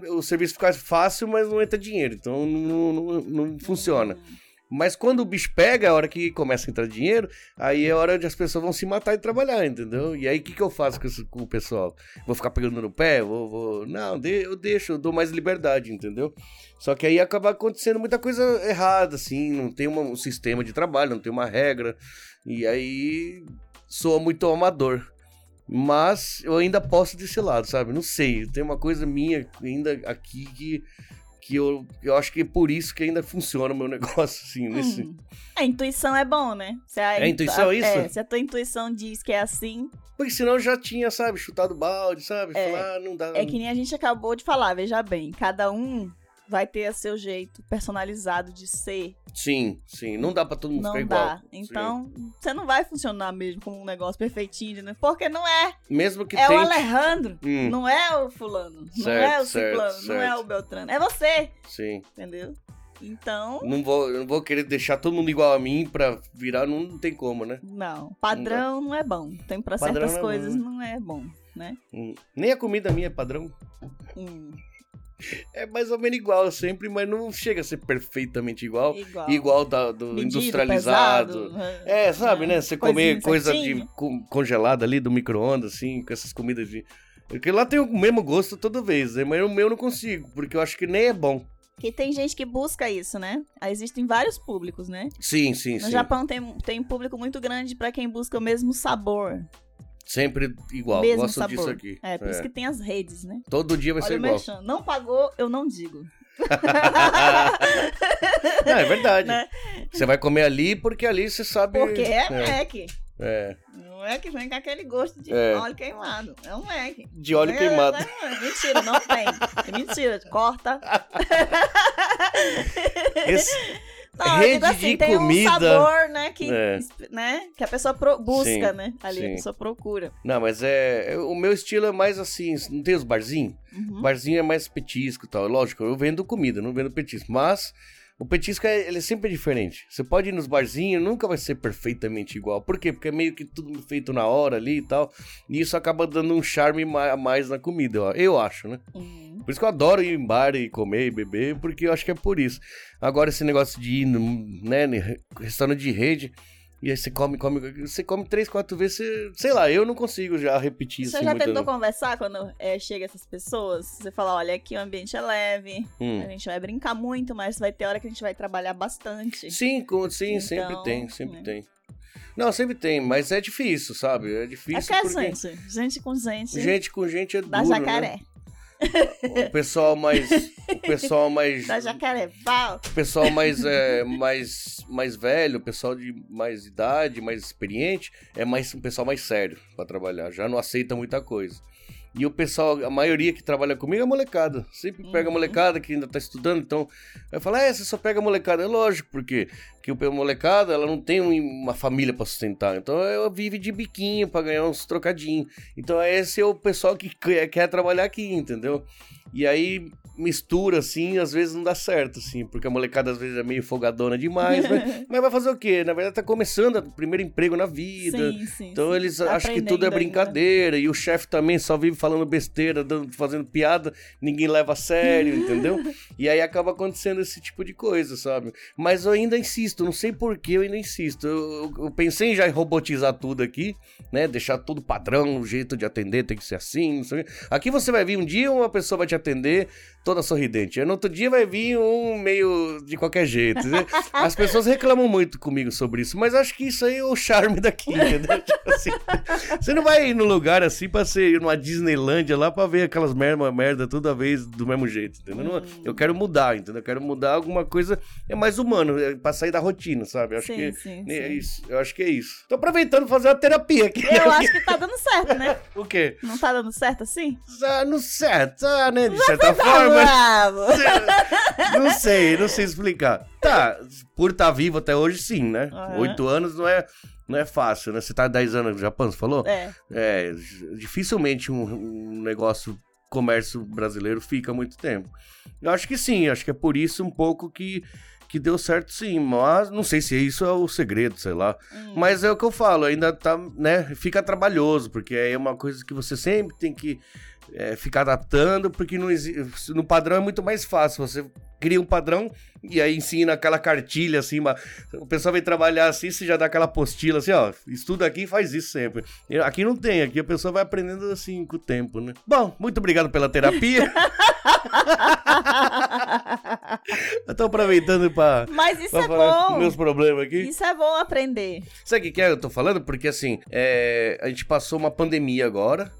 A: não- o serviço fica fácil, mas não entra dinheiro. Então não, não, não
B: Hum.
A: funciona. Mas quando o bicho pega, é a hora que começa a entrar dinheiro, aí é a hora onde as pessoas vão se matar e trabalhar, entendeu? E aí o que, que eu faço com, esse- com o pessoal? Vou ficar pegando no pé? Vou. vou... Não, de- eu deixo, eu dou mais liberdade, entendeu? Só que aí acaba acontecendo muita coisa errada, assim, não tem uma- um sistema de trabalho, não tem uma regra. E aí soa muito amador. Mas eu ainda posso desse lado, sabe? Não sei, tem uma coisa minha ainda aqui que, que eu, eu acho que é por isso que ainda funciona o meu negócio, assim, nesse,
B: Hum. A intuição é bom, né? Se a
A: É intuição
B: a-
A: isso?
B: É, se a tua intuição diz que é assim,
A: Porque senão eu já tinha, sabe, chutado balde, sabe?
B: É.
A: Falar, ah, não dá.
B: é que nem a gente acabou de falar, veja bem, cada um vai ter o seu jeito personalizado de ser.
A: Sim, sim. Não dá pra todo mundo
B: Não
A: ficar
B: dá.
A: Hum, igual.
B: Então, você não vai funcionar mesmo como um negócio perfeitinho, né? Porque não é.
A: Sim. Mesmo que
B: é
A: tente.
B: o Alejandro.
A: Hum,
B: Não é o fulano. não
A: Certo,
B: é o
A: certo,
B: ciclano. Não é
A: certo.
B: o Beltrano. É você,
A: Sim.
B: entendeu? Então,
A: Não vou, eu não vou querer deixar todo mundo igual a mim pra virar, não, não tem como, né?
B: não. Padrão não é bom. Tem pra
A: Padrão não
B: certas
A: é bom,
B: coisas
A: né?
B: não é bom, né?
A: Hum. Nem a comida minha é padrão.
B: Hum,
A: É mais ou menos igual sempre, mas não chega a ser perfeitamente igual.
B: igual.
A: Igual da- do
B: Medido,
A: industrializado.
B: pesado, é.
A: É, sabe,
B: Ah,
A: né? Você
B: coisinha
A: comer coisa de
B: certinha.
A: co- congelada ali do micro-ondas, assim, com essas comidas de. Porque lá tem o mesmo gosto toda vez, né? mas o meu eu não consigo, porque eu acho que nem é bom.
B: Que tem gente que busca isso, né? Aí existem vários públicos, né?
A: Sim, sim,
B: No
A: sim.
B: Japão tem, tem um público muito grande pra quem busca o mesmo sabor.
A: Sempre igual.
B: mesmo
A: Gosto
B: sabor.
A: disso aqui.
B: É, por isso que tem as redes, né?
A: Todo dia vai ser
B: Olha o
A: igual.
B: merchan. Não pagou, eu não digo.
A: Não, é verdade.
B: Né?
A: é Você vai comer ali porque ali você sabe.
B: Porque é Mac.
A: É.
B: Não é que vem com aquele gosto de
A: É.
B: óleo queimado. É um Mac.
C: De óleo
B: É,
C: queimado.
B: é, é. Mentira, não tem. É mentira, corta.
C: Esse-
B: Não, eu
C: Rede
B: digo assim,
C: de
B: tem
C: comida.
B: um sabor, né, que,
A: É.
B: né, que a pessoa pro- busca,
A: Sim,
B: né? Ali
A: sim.
B: a pessoa procura.
A: Não, mas é. O meu estilo é mais assim. Não tem os barzinhos?
B: Uhum.
A: Barzinho é mais petisco e tal. Lógico, eu vendo comida, não vendo petisco. Mas o petisco é, ele é sempre diferente. Você pode ir nos barzinhos, nunca vai ser perfeitamente igual. Por quê? Porque é meio que tudo feito na hora ali e tal. E isso acaba dando um charme ma- a mais na comida, eu- eu acho, né?
B: Uhum.
A: Por isso que eu adoro ir em bar e comer e beber, porque eu acho que é por isso. Agora, esse negócio de ir num, né, em re- restaurante de rede, e aí você come, come, você come três, quatro vezes, você- sei lá, eu não consigo já repetir
B: Você
A: assim
B: já
A: muito,
B: tentou
A: não.
B: conversar quando é, chega essas pessoas? Você fala, olha, aqui o ambiente é leve, a
A: Hum.
B: gente vai brincar muito, mas vai ter hora que a gente vai trabalhar bastante.
A: Sim, com- sim,
B: Então,
A: sempre tem, sempre
B: né.
A: tem. Não, sempre tem, mas é difícil, sabe? É difícil
B: é que é
A: porque
B: gente, gente com gente,
A: gente com gente é
B: da
A: duro,
B: jacaré.
A: né? O pessoal mais... O pessoal mais...
B: Da jacaré, pau.
A: O pessoal mais, é, mais, mais velho, o pessoal de mais idade, mais experiente, é mais um pessoal mais sério pra trabalhar. Já não aceita muita coisa. E o pessoal, a maioria que trabalha comigo é molecada. Sempre pega a
B: Uhum.
A: molecada que ainda tá estudando, então. Aí fala, é, você só pega a molecada. É lógico, porque que o- a molecada, ela não tem um- uma família pra sustentar. Então ela vive de biquinho pra ganhar uns trocadinhos. Então esse é o pessoal que quer, quer trabalhar aqui, entendeu? E aí mistura, assim, às vezes não dá certo, assim, porque a molecada às vezes é meio folgadona demais, mas, mas vai fazer o quê? Na verdade, tá começando o primeiro emprego na vida.
B: Sim, sim.
A: Então
B: sim.
A: eles
B: Tá
A: acham que tudo é
B: aprendendo ainda.
A: brincadeira e o chefe também só vive falando besteira, dando- fazendo piada, ninguém leva a sério, entendeu? E aí acaba acontecendo esse tipo de coisa, sabe? Mas eu ainda insisto, não sei por que eu ainda insisto. Eu, eu- eu pensei em já robotizar tudo aqui, né? Deixar tudo padrão, o jeito de atender tem que ser assim, não sei o quê. Aqui você vai vir um dia uma pessoa vai te atender toda sorridente. Aí no outro dia vai vir um meio de qualquer jeito. né? As pessoas reclamam muito comigo sobre isso, mas acho que isso aí é o charme daqui, entendeu? Tipo assim, você não vai ir num lugar assim pra ser numa Disneylândia lá pra ver aquelas merda, merda toda vez do mesmo jeito, entendeu? Não- Eu quero mudar, entendeu? Eu quero mudar alguma coisa é mais humano, é pra sair da rotina, sabe? Eu acho
B: sim,
A: que
B: sim,
A: é
B: sim.
A: isso. Eu acho que é isso. Tô aproveitando fazer uma terapia aqui. né?
B: Eu acho que tá dando certo, né?
A: O quê?
B: Não tá dando certo assim?
A: Ah, não certo, ah, né? De certa forma.
B: Tá bravo.
A: Não sei, não sei explicar. Tá, por estar vivo até hoje, sim, né?
B: Aham.
A: Oito anos não é, não é fácil, né? Você tá há 10 anos no Japão, você falou?
B: É.
A: É, dificilmente um, um negócio, comércio brasileiro fica muito tempo. Eu acho que sim, acho que é por isso um pouco que, que deu certo, sim. Mas não sei se isso é o segredo, sei lá.
B: Hum.
A: Mas é o que eu falo, ainda tá, né? Fica trabalhoso, porque é uma coisa que você sempre tem que é, ficar adaptando, porque não exi- no padrão é muito mais fácil. Você cria um padrão e aí ensina aquela cartilha assim, uma- o pessoal vem trabalhar assim, você já dá aquela apostila assim, ó, estuda aqui e faz isso sempre. E Aqui não tem, aqui a pessoa vai aprendendo assim com o tempo, né? Bom, muito obrigado pela terapia. eu tô aproveitando pra,
B: Mas isso
A: pra
B: é
A: falar
B: bom.
A: meus problemas aqui.
B: Isso é bom aprender.
A: Sabe o que, que é? Eu tô falando porque assim, é, a gente passou uma pandemia agora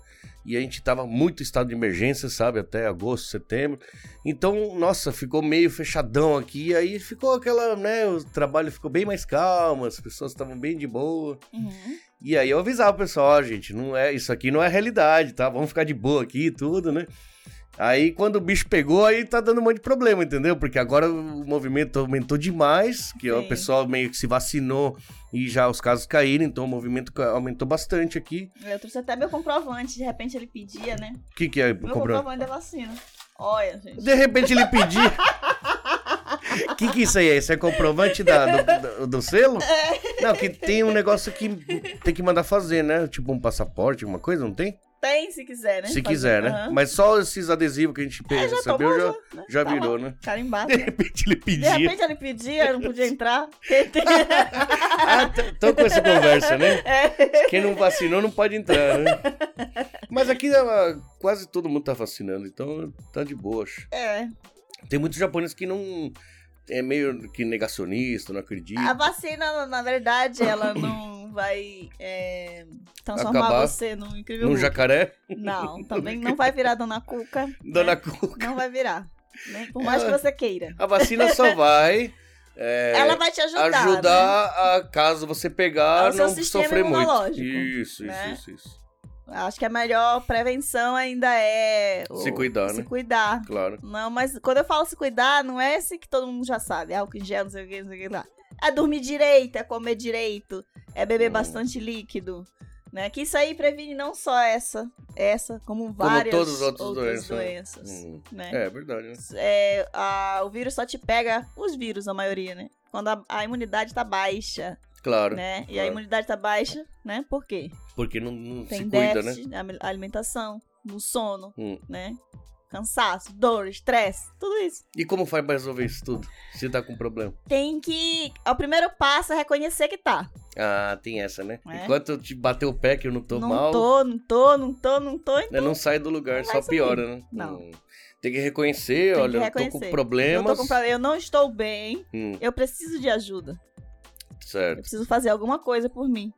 A: e a gente tava muito em estado de emergência, sabe? Até agosto, setembro. Então, nossa, ficou meio fechadão aqui. e Aí ficou aquela, né? O trabalho ficou bem mais calmo, as pessoas estavam bem de boa.
B: Uhum.
A: E aí eu avisava o pessoal, ó, gente, não é, isso aqui não é realidade, tá? Vamos ficar de boa aqui e tudo, né? Aí quando o bicho pegou, aí tá dando um monte de problema, entendeu? Porque agora o movimento aumentou demais, que o
B: Sim.
A: pessoal meio que se vacinou e já os casos caíram, então o movimento ca- aumentou bastante aqui.
B: Eu trouxe até meu comprovante, de repente ele pedia, né?
A: O que que é,
B: Meu
A: comprou?
B: comprovante da vacina. Olha, gente.
A: De repente ele pediu... O que que isso aí é? Isso é comprovante da, do, do- do selo? Não, que tem um negócio que tem que mandar fazer, né? Tipo um passaporte, alguma coisa, não tem?
B: Tem se quiser, né?
A: Se
B: Fazer-
A: quiser, né?
B: Aham.
A: Mas só esses adesivos que a gente
B: É, já
A: recebeu
B: tomou,
A: já,
B: né?
A: já
B: Tá
A: virou,
B: lá,
A: né?
B: Carimbado.
A: De repente ele
B: De
A: pedia.
B: repente ele pedia, eu não podia entrar.
A: Ah, t- tô com essa conversa, né?
B: É.
A: Quem não vacinou não pode entrar, né? Mas aqui ah, quase todo mundo tá vacinando, então tá de boa. acho.
B: É.
A: Tem muitos japoneses que não. É meio que negacionista, não acredita.
B: A vacina, na verdade, ela não vai é, transformar
A: Acabar
B: você num incrível.
A: Num
B: Hulk.
A: jacaré,
B: Não, também não vai virar Dona Cuca.
A: dona Cuca.
B: Não vai virar. né? Por mais que
A: Ela-
B: você queira.
A: A vacina só vai é,
B: Ela vai te ajudar. né?
A: ajudar a caso você pegar,
B: Ao seu
A: não
B: sistema
A: sofrer muito.
B: imunológico,
A: Isso,
B: né?
A: isso, isso, isso.
B: Acho que a melhor prevenção ainda é. o-
A: Se cuidar, né?
B: Se cuidar.
A: Claro.
B: Não, mas quando eu falo se cuidar, não é esse que todo mundo já sabe. Álcool em gel, não sei o que, não sei o que lá. É dormir direito, é comer direito, é beber
A: Hum.
B: bastante líquido, né? Que isso aí previne não só essa, essa, como várias
A: todas as outras
B: outras
A: doenças,
B: doenças,
A: Hum.
B: né?
A: É, verdade, né?
B: É, a- o vírus só te pega, os vírus, a maioria, né? Quando a, a imunidade tá baixa,
A: Claro.
B: né? E a
A: claro.
B: imunidade tá baixa, né? Por quê?
A: Porque não, não se
B: Tem
A: cuida, né?
B: déficit na alimentação, no sono,
A: Hum.
B: né? Cansaço, dor, estresse, tudo isso.
A: E como faz pra resolver isso tudo? Se tá com problema.
B: tem que. O primeiro passo é reconhecer que tá.
A: Ah, tem essa, né?
B: É.
A: Enquanto eu te bater o pé que eu não tô
B: não
A: mal,
B: tô, não tô, não tô, não tô.
A: né, não sai do lugar,
B: Não
A: só
B: vai sair.
A: piora, né?
B: Não.
A: Hum. Tem que reconhecer,
B: Tem que
A: olha, eu tô
B: reconhecer.
A: com
B: Eu,
A: problemas.
B: tô com problema, eu não estou bem.
A: Hum,
B: Eu preciso de ajuda. Eu
A: certo.
B: preciso fazer alguma coisa por mim.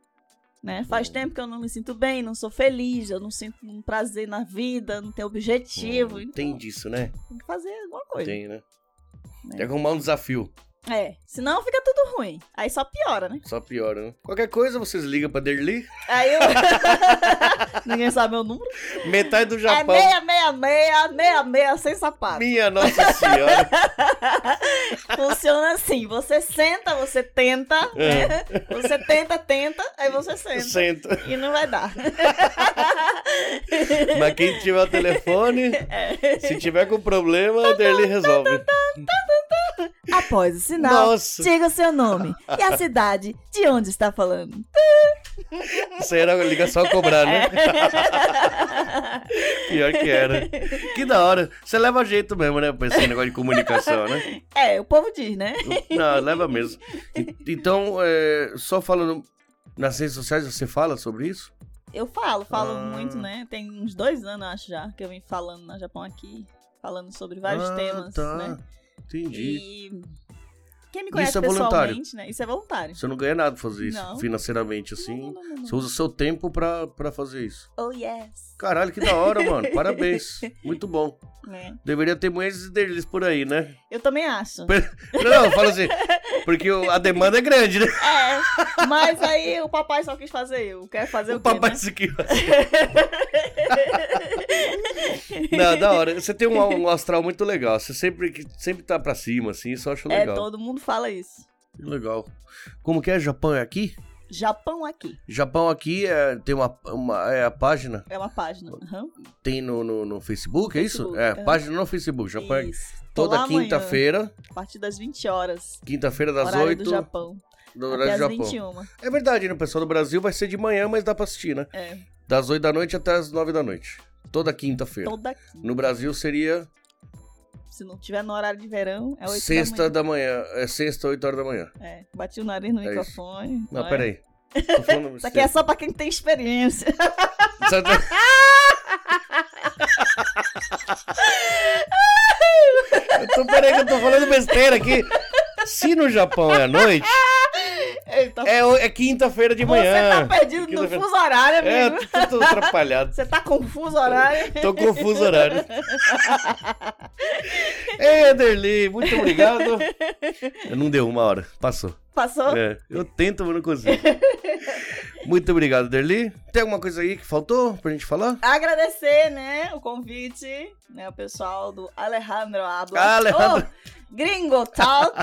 B: Né? Faz tempo que eu não me sinto bem, não sou feliz, eu não sinto um prazer na vida, não tenho objetivo.
A: Hum,
B: então
A: Tem disso, né?
B: tem que fazer alguma coisa.
A: Tem, né?
B: É.
A: Tem que arrumar um desafio.
B: É, senão fica tudo ruim. Aí só piora, né?
A: Só piora, né? Qualquer coisa, vocês ligam pra Derli.
B: Aí eu... Ninguém sabe meu número.
A: Metade do
B: É
A: Japão.
B: 666, 666, sem sapato.
A: Minha Nossa Senhora.
B: Funciona assim, você senta, você tenta,
A: É.
B: né? você tenta, tenta, aí você senta.
A: Senta.
B: E não vai dar.
A: Mas quem tiver o telefone,
B: É.
A: se tiver com
B: Tá,
A: problema, a Derli resolve.
B: Após o sinal,
A: Nossa,
B: diga o seu nome e a cidade de onde está falando. tá.
A: isso aí era ligar só cobrar, né?
B: É.
A: Pior que era. Que da hora. Você leva jeito mesmo, né? Pra esse negócio de comunicação, né?
B: É, o povo diz, né?
A: Não, leva mesmo. E- Então, é, só falando nas redes sociais, você fala sobre isso?
B: Eu falo, falo
A: Ah.
B: muito, né? Tem uns dois anos, acho já, que eu vim falando na Japão aqui, falando sobre vários
A: Ah,
B: temas,
A: tá.
B: né?
A: Entendi.
B: E quem me conhece
A: Isso é voluntário?
B: pessoalmente, né? Isso é voluntário.
A: Você não ganha nada pra fazer isso
B: Não.
A: financeiramente assim.
B: Não, não, não, não,
A: Você usa o seu tempo pra, pra fazer isso.
B: não. Oh, yes.
A: Caralho, que da hora, mano. Parabéns. Muito bom.
B: Né?
A: Deveria ter muitos deles por aí, né?
B: Eu também acho.
A: Não, eu falo assim, porque o- a demanda é grande, né?
B: É, mas aí o papai só quis fazer eu. Quer fazer o,
A: o papai
B: quê, né?
A: isso aqui. Não, da hora. Você tem um, um astral muito legal. Você sempre, que- sempre tá pra cima, assim. Isso eu acho
B: né? É,
A: legal.
B: todo mundo fala isso.
A: Legal. Como que é? Japão é aqui?
B: Japão aqui.
A: Japão aqui é, tem uma, uma é a página.
B: É uma página.
A: Uhum.
B: Aham.
A: Tem no, no, no Facebook, é isso?
B: Facebook,
A: é,
B: aham.
A: página no Facebook. Japão é aqui.
B: Isso. Tô lá
A: Toda
B: amanhã,
A: quinta-feira.
B: A partir das 20 horas.
A: Quinta-feira das
B: horário
A: 8
B: do Japão.
A: do
B: Até
A: horário
B: as
A: do Japão.
B: 21.
A: É verdade, né? O pessoal do Brasil vai ser de manhã, mas dá pra assistir, né?
B: É,
A: Das 8 da noite até as 9 da noite. Toda quinta-feira.
B: toda quinta.
A: No Brasil seria
B: Se não tiver no horário de verão, é 8
A: sexta
B: da
A: da manhã. É sexta, 8 horas da manhã.
B: manhã. É, bati o nariz no
A: É isso.
B: microfone.
A: Não,
B: é?
A: peraí. Tô falando tá-
B: Isso aqui é só pra quem tem experiência.
A: sexta. eu tô, Então, peraí, que eu tô falando besteira aqui. Se no Japão é à noite,
B: Ele tá-
A: é, o- é quinta-feira de manhã.
B: Você tá perdido no
A: Quinta-feira.
B: fuso horário, amigo.
A: É, eu tô, tô atrapalhado.
B: Você tá confuso horário.
A: Tô confuso horário. Ei, Ederli, muito obrigado. Não deu uma hora, passou.
B: Passou?
A: É, eu tento, mas não consigo. Muito obrigado, Derli. Tem alguma coisa aí que faltou pra gente falar?
B: agradecer, né, o convite, né, o pessoal do Alejandro Habla.
A: Alejandro.
B: Oh, Gringo Talk.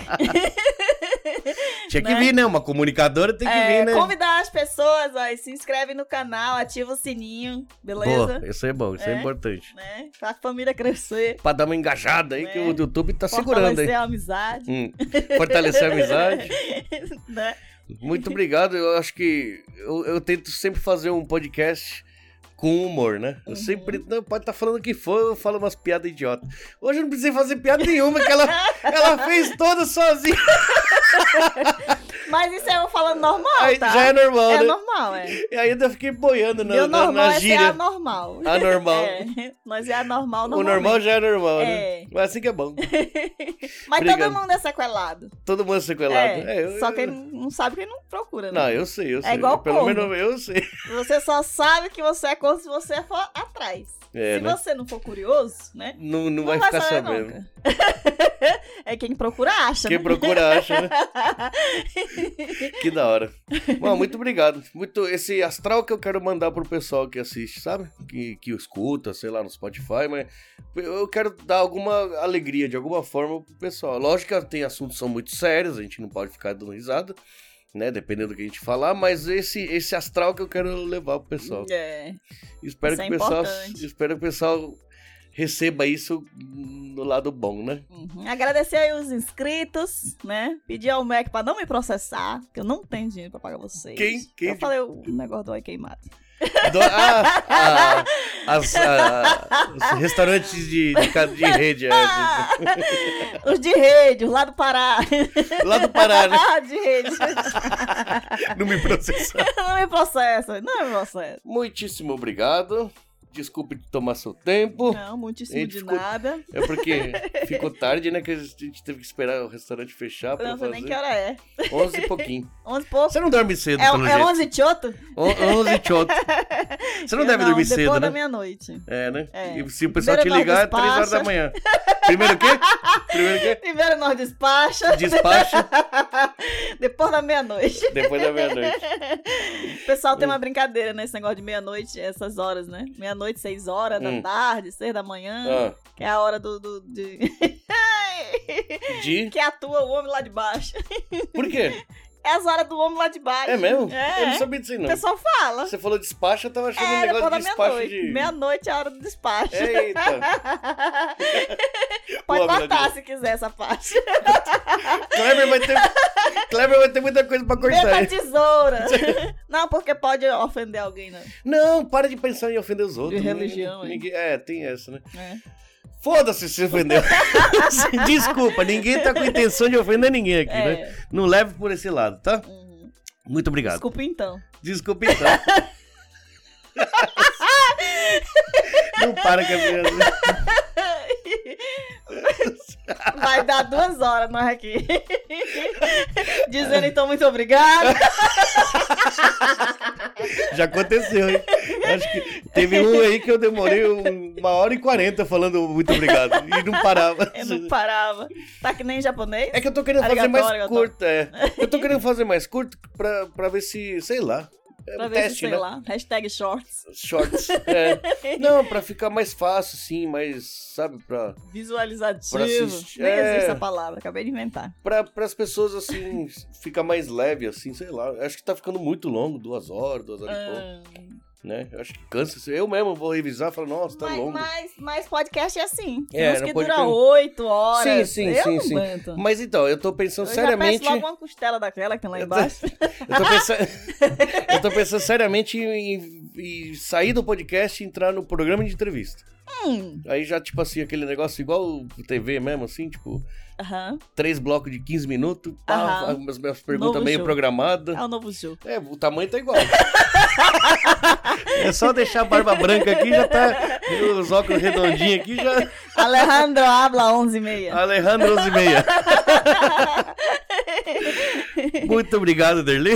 A: Tinha que
B: Né?
A: vir, né? Uma comunicadora tem que
B: É,
A: vir, né?
B: Convidar as pessoas, ó, e se inscreve no canal, ativa o sininho, beleza?
A: Boa, isso aí é bom, isso é,
B: É.
A: importante.
B: Né? Pra família crescer,
A: Pra dar uma engajada aí,
B: É.
A: que o YouTube tá segurando
B: fortalecer
A: aí.
B: a amizade,
A: Hum, fortalecer a amizade.
B: né?
A: Muito obrigado. Eu acho que eu, eu tento sempre fazer um podcast com humor, né? Eu
B: Uhum.
A: sempre. Não, pode estar falando o que for, eu falo umas piadas idiotas. Hoje eu não precisei fazer piada nenhuma, que ela, ela fez toda sozinha.
B: Mas isso é eu falando normal,
A: Aí
B: tá?
A: já é normal,
B: É
A: né?
B: normal, é.
A: E ainda fiquei boiando na,
B: Meu
A: na,
B: normal
A: na
B: é ser
A: gíria.
B: anormal.
A: Anormal.
B: É, nós é anormal
A: o normal já é normal, né?
B: É.
A: Mas assim que é bom.
B: Mas
A: Obrigado.
B: todo mundo é sequelado.
A: Todo mundo sequelado. É, eu,
B: só quem não sabe, quem não procura, né?
A: Não, eu sei, eu sei.
B: igual
A: Pelo
B: pombo.
A: menos eu sei.
B: Você só sabe que você é corno se você for atrás.
A: É,
B: se
A: né?
B: você não for curioso, né?
A: Não, não, vai, ficar sabendo.
B: nunca. É quem procura acha.
A: Quem
B: né?
A: procura acha, né? Que da hora. Bom, muito obrigado. Muito esse astral que eu quero mandar pro pessoal que assiste, sabe? Que, que escuta, sei lá, no Spotify, mas eu quero dar alguma alegria de alguma forma pro pessoal. Lógico que tem assuntos que são muito sérios, a gente não pode ficar dando risada, né? Dependendo do que a gente falar, mas esse, esse astral que eu quero levar pro pessoal.
B: É.
A: Espero
B: Isso
A: que
B: é
A: o pessoal,
B: importante.
A: espero que o pessoal receba isso no lado bom, né?
B: Uhum. Agradecer aí os inscritos, né? Pedir ao Mac pra não me processar, que eu não tenho dinheiro pra pagar vocês.
A: Quem- quem
B: Eu
A: te-
B: falei o negócio do oi queimado.
A: Do- ah, ah, as- ah, os restaurantes de, de, ca- de rede. é, de-
B: Ah! os de rede, os lá do Pará.
A: Lá do Pará, né?
B: de rede.
A: Não me processar.
B: não me processa, não me processa.
A: Muitíssimo obrigado. Desculpe de tomar seu tempo.
B: Não, muitíssimo
A: Ele
B: de
A: ficou-
B: nada.
A: É porque ficou tarde, né? Que a gente teve que esperar o restaurante fechar
B: Eu
A: pra
B: não sei nem que
A: fazer.
B: hora é.
A: 11 e pouquinho.
B: 11 e pouco.
A: Você não dorme cedo,
B: É,
A: pelo
B: é
A: jeito.
B: 11 tioto?
A: On- 11 e tchoto. Você não
B: Eu
A: deve dormir
B: É, depois
A: cedo,
B: da
A: né?
B: meia-noite.
A: É, né?
B: É.
A: E se o pessoal te
B: Primeiro nós
A: ligar, é 3 horas da
B: despacha.
A: manhã. Primeiro o quê? Primeiro o quê?
B: Primeiro nós despacha,
A: Despacha,
B: depois da meia-noite.
A: depois da meia-noite.
B: O pessoal tem uma brincadeira, né? Esse negócio de meia-noite, essas horas, né? Meia-noite, seis horas
A: Hum.
B: da tarde, seis da manhã,
A: Ah,
B: que é a hora do. do- de-
A: de...
B: que atua o homem lá de baixo.
A: Por quê?
B: É as horas do homem lá de baixo.
A: É mesmo?
B: É.
A: Eu não sabia disso aí,
B: O
A: não.
B: pessoal fala.
A: Você falou despacho, eu tava achando um
B: É, depois
A: negócio
B: da
A: de despacho
B: meia-noite.
A: de...
B: Meia-noite é a hora do despacho.
A: Eita.
B: Pode
A: Boa,
B: cortar
A: Brasil.
B: se quiser essa parte.
A: Kleber vai ter, Kleber vai ter muita coisa pra
B: Vem
A: cortar.
B: a
A: hein?
B: tá tesoura. Não, porque pode ofender alguém, né? não.
A: Não, para de pensar em ofender os outros.
B: De
A: né?
B: religião, hein?
A: Ninguém- É, tem essa, né?
B: É.
A: Foda-se se ofendeu. Desculpa, ninguém tá com intenção de ofender ninguém aqui, né?
B: É.
A: Não leve por esse lado, tá?
B: Uhum.
A: Muito obrigado.
B: Desculpa então.
A: Desculpa, então. Não para com a minha...
B: Vai dar duas horas nós aqui. Dizendo então muito obrigada.
A: Já aconteceu, hein? Acho que teve um aí que eu demorei um- uma hora e quarenta falando muito obrigado. E não parava.
B: Eu não parava. Tá que nem japonês?
A: É que eu tô querendo fazer
B: Arigatou,
A: mais
B: arigatou.
A: curto, é. Eu tô querendo fazer mais curto pra, pra ver se, sei lá. É
B: pra
A: um
B: ver
A: teste,
B: se, sei
A: né?
B: lá, hashtag shorts.
A: Shorts. é. Não, pra ficar mais fácil, sim, mas, sabe, pra,
B: Visualizativo.
A: Pra assistir.
B: Nem
A: É.
B: existe a palavra, acabei de inventar.
A: pra, pras pessoas, assim, ficar mais leve, assim, sei lá. Acho que tá ficando muito longo, duas horas, duas horas e pouco,
B: Ah,
A: né? Eu Acho que cansa. Eu mesmo vou revisar e falar, nossa, tá
B: mas,
A: longo.
B: mas, mas podcast é assim.
A: É,
B: Tem uns
A: não
B: que
A: pode
B: dura
A: ter-
B: oito horas.
A: Sim, sim,
B: eu
A: sim,
B: não
A: sim.
B: aguento.
A: Mas então, eu tô pensando
B: Eu já
A: seriamente...
B: peço logo uma costela daquela que tem lá
A: Eu tô-
B: embaixo.
A: Eu tô pensando, eu tô pensando seriamente em, em sair do podcast e entrar no programa de entrevista.
B: Hum.
A: Aí já, tipo assim, aquele negócio igual TV mesmo, assim, tipo,
B: Aham.
A: três blocos de 15 minutos, pá,
B: Aham.
A: as minhas perguntas
B: Novo
A: meio
B: show.
A: programadas.
B: É o novo jogo.
A: É, o tamanho tá igual. é só deixar a barba branca aqui, já tá. e Os óculos redondinhos aqui já.
B: Alejandro habla 11 e meia.
A: Alejandro 11 e meia. Muito obrigado, Derli.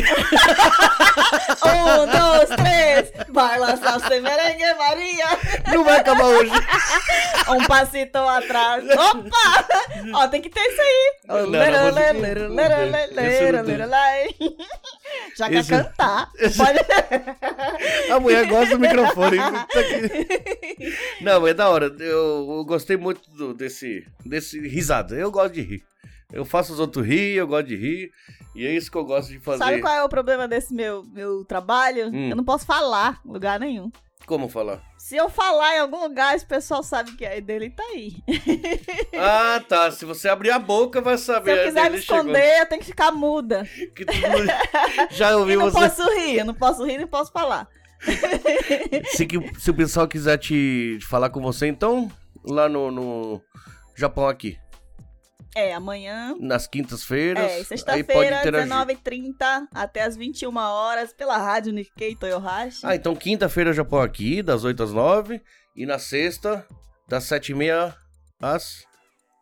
B: Um, dois, três. Baila salsa e merengue, Maria.
A: Não vai acabar hoje.
B: Um passito atrás. Opa! Ó, tem que ter isso aí.
A: Não, não, não,
B: Já quer
A: Esse-
B: cantar.
A: esse-
B: Pode...
A: A mulher gosta do microfone. Puta que- Não, mas é da hora. Eu, eu gostei muito do- desse, desse risado. Eu gosto de rir. Eu faço os outros rir, eu gosto de rir. E é isso que eu gosto de fazer.
B: Sabe qual é o problema desse meu, meu trabalho?
A: Hum.
B: Eu não posso falar em lugar nenhum.
A: Como falar?
B: Se eu falar em algum lugar, esse pessoal sabe que é dele e tá aí.
A: Ah, tá. Se você abrir a boca, vai
B: Se
A: saber.
B: eu quiser
A: Ele
B: me
A: chegou.
B: esconder, eu tenho que ficar muda.
A: Que tudo- Já ouvi
B: E não
A: você.
B: posso rir, eu não posso rir, não posso falar.
A: Se, que- se o pessoal quiser te falar com você, então, lá no, no Japão aqui.
B: É, amanhã
A: Nas quintas-feiras.
B: É, e
A: aí pode
B: sexta-feira,
A: interagir.
B: 19h30 até as 21 horas pela rádio Nikkei Toyohashi.
A: Ah, então quinta-feira Japão aqui, das 8 às 9. E na sexta, das 7 e meia às,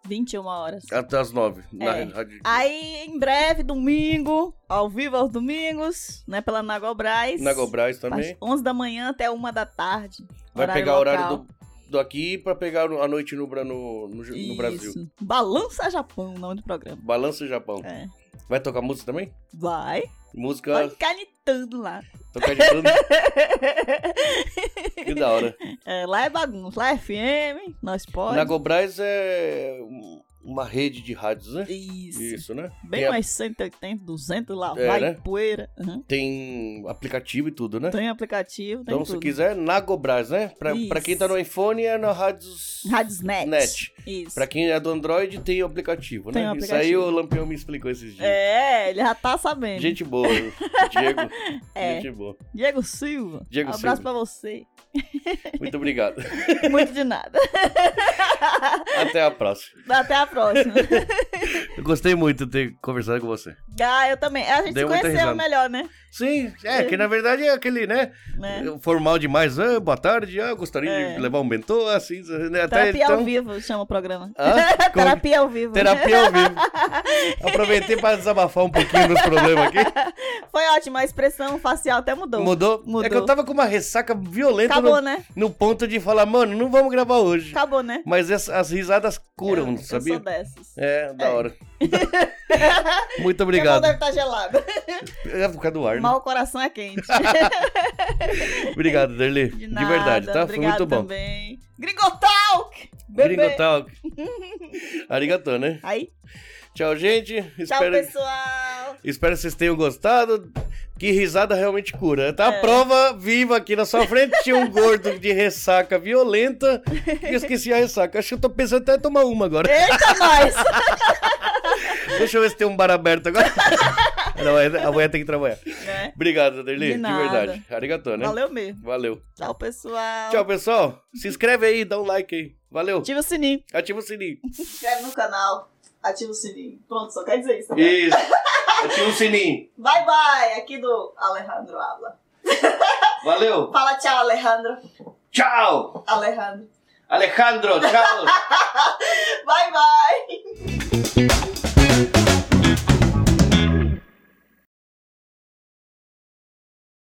B: 21 horas.
A: até às 9. Na
B: É.
A: rádio.
B: Aí, em breve, domingo, ao vivo aos domingos, né, pela Nagobras.
A: Na Gobras
B: das
A: também.
B: 11 da manhã até 1 da tarde.
A: Vai pegar o horário
B: local.
A: do daqui pra pegar a noite nubra no, no, no Brasil.
B: Isso. Balança Japão, o nome do programa.
A: Balança Japão.
B: É.
A: Vai tocar música também?
B: Vai.
A: Música,
B: Pode canetando lá.
A: tocar de tudo. que da hora.
B: É, lá é bagunça, lá é FM, nós pode.
A: Na Gobras é um- uma rede de rádios, né?
B: Isso.
A: Isso, né?
B: Bem
A: tem, a-
B: mais 180, 200 lá,
A: É,
B: vai
A: né?
B: poeira. Aham.
A: tem aplicativo e tudo, né?
B: Tem aplicativo, tem
A: então, se
B: tudo.
A: quiser, na Gobras, né? Pra,
B: Isso.
A: pra quem tá no iPhone, é na Rádios
B: Radiosnet.
A: Net.
B: Isso.
A: Pra quem é do Android, tem o aplicativo, né?
B: Tem o
A: Isso aí
B: aplicativo.
A: o Lampião me explicou esses dias.
B: É, ele já tá sabendo.
A: Gente boa, Diego.
B: É.
A: Gente boa.
B: Diego Silva.
A: Diego
B: abraço
A: Silva.
B: pra você.
A: Muito obrigado.
B: Muito de nada.
A: Até a próxima.
B: Até a próxima.
A: Eu gostei muito de ter conversado com você.
B: Ah, eu também. A gente
A: Deu
B: se
A: muita risada.
B: conheceu melhor, né?
A: Sim, é, que na verdade é aquele, né?
B: né?
A: Formal demais. Ah, boa tarde. Ah, gostaria
B: É.
A: de levar um bentô, assim, né? Até
B: Terapia ao
A: então.
B: vivo chama o programa.
A: Hã? Como-
B: Terapia ao vivo.
A: Terapia ao vivo. Aproveitei para desabafar um pouquinho nos problemas aqui.
B: Foi ótimo, a expressão facial até mudou.
A: Mudou? É
B: Mudou.
A: que eu tava com uma ressaca violenta
B: Acabou,
A: no,
B: né?
A: no ponto de falar, mano, não vamos gravar hoje.
B: Acabou, né?
A: Mas essa- as risadas curam,
B: Eu- eu
A: sabia?
B: sou dessas.
A: É, da
B: É.
A: hora. Muito
B: Porque a mão
A: obrigado.
B: deve estar gelada.
A: É por causa do ar, né?
B: Mal o coração é quente.
A: Obrigado, Derli.
B: De
A: De,
B: nada.
A: verdade, tá? Foi
B: Obrigado
A: muito bom.
B: também. Gringotalk! Bebê!
A: Gringotalk. Arigatô, né?
B: Aí,
A: Tchau, gente.
B: tchau,
A: espero,
B: pessoal.
A: espero que vocês tenham gostado. Que risada realmente cura. Tá
B: É.
A: a prova viva aqui na sua frente. Tinha um gordo de ressaca violenta. E eu esqueci a ressaca. Acho que eu tô pensando até em tomar uma agora.
B: Eita, nós!
A: Deixa eu ver se tem um bar aberto agora. Não, é- amanhã tem que trabalhar.
B: Né?
A: Obrigado, Derli.
B: De
A: De,
B: nada.
A: verdade. Arigatô, né?
B: Valeu mesmo.
A: Valeu.
B: Tchau, pessoal.
A: Tchau, pessoal. Se inscreve aí, dá um like aí. Valeu.
B: Ativa o sininho.
A: Ativa o sininho.
B: Se inscreve no canal. Ativa o sininho. Pronto, só quer dizer isso. né?
A: Isso. Ativa o sininho.
B: Bye, bye. Aqui do Alejandro habla.
A: Valeu.
B: Fala tchau, Alejandro.
A: Tchau.
B: Alejandro.
A: Alejandro, tchau.
B: Bye, bye.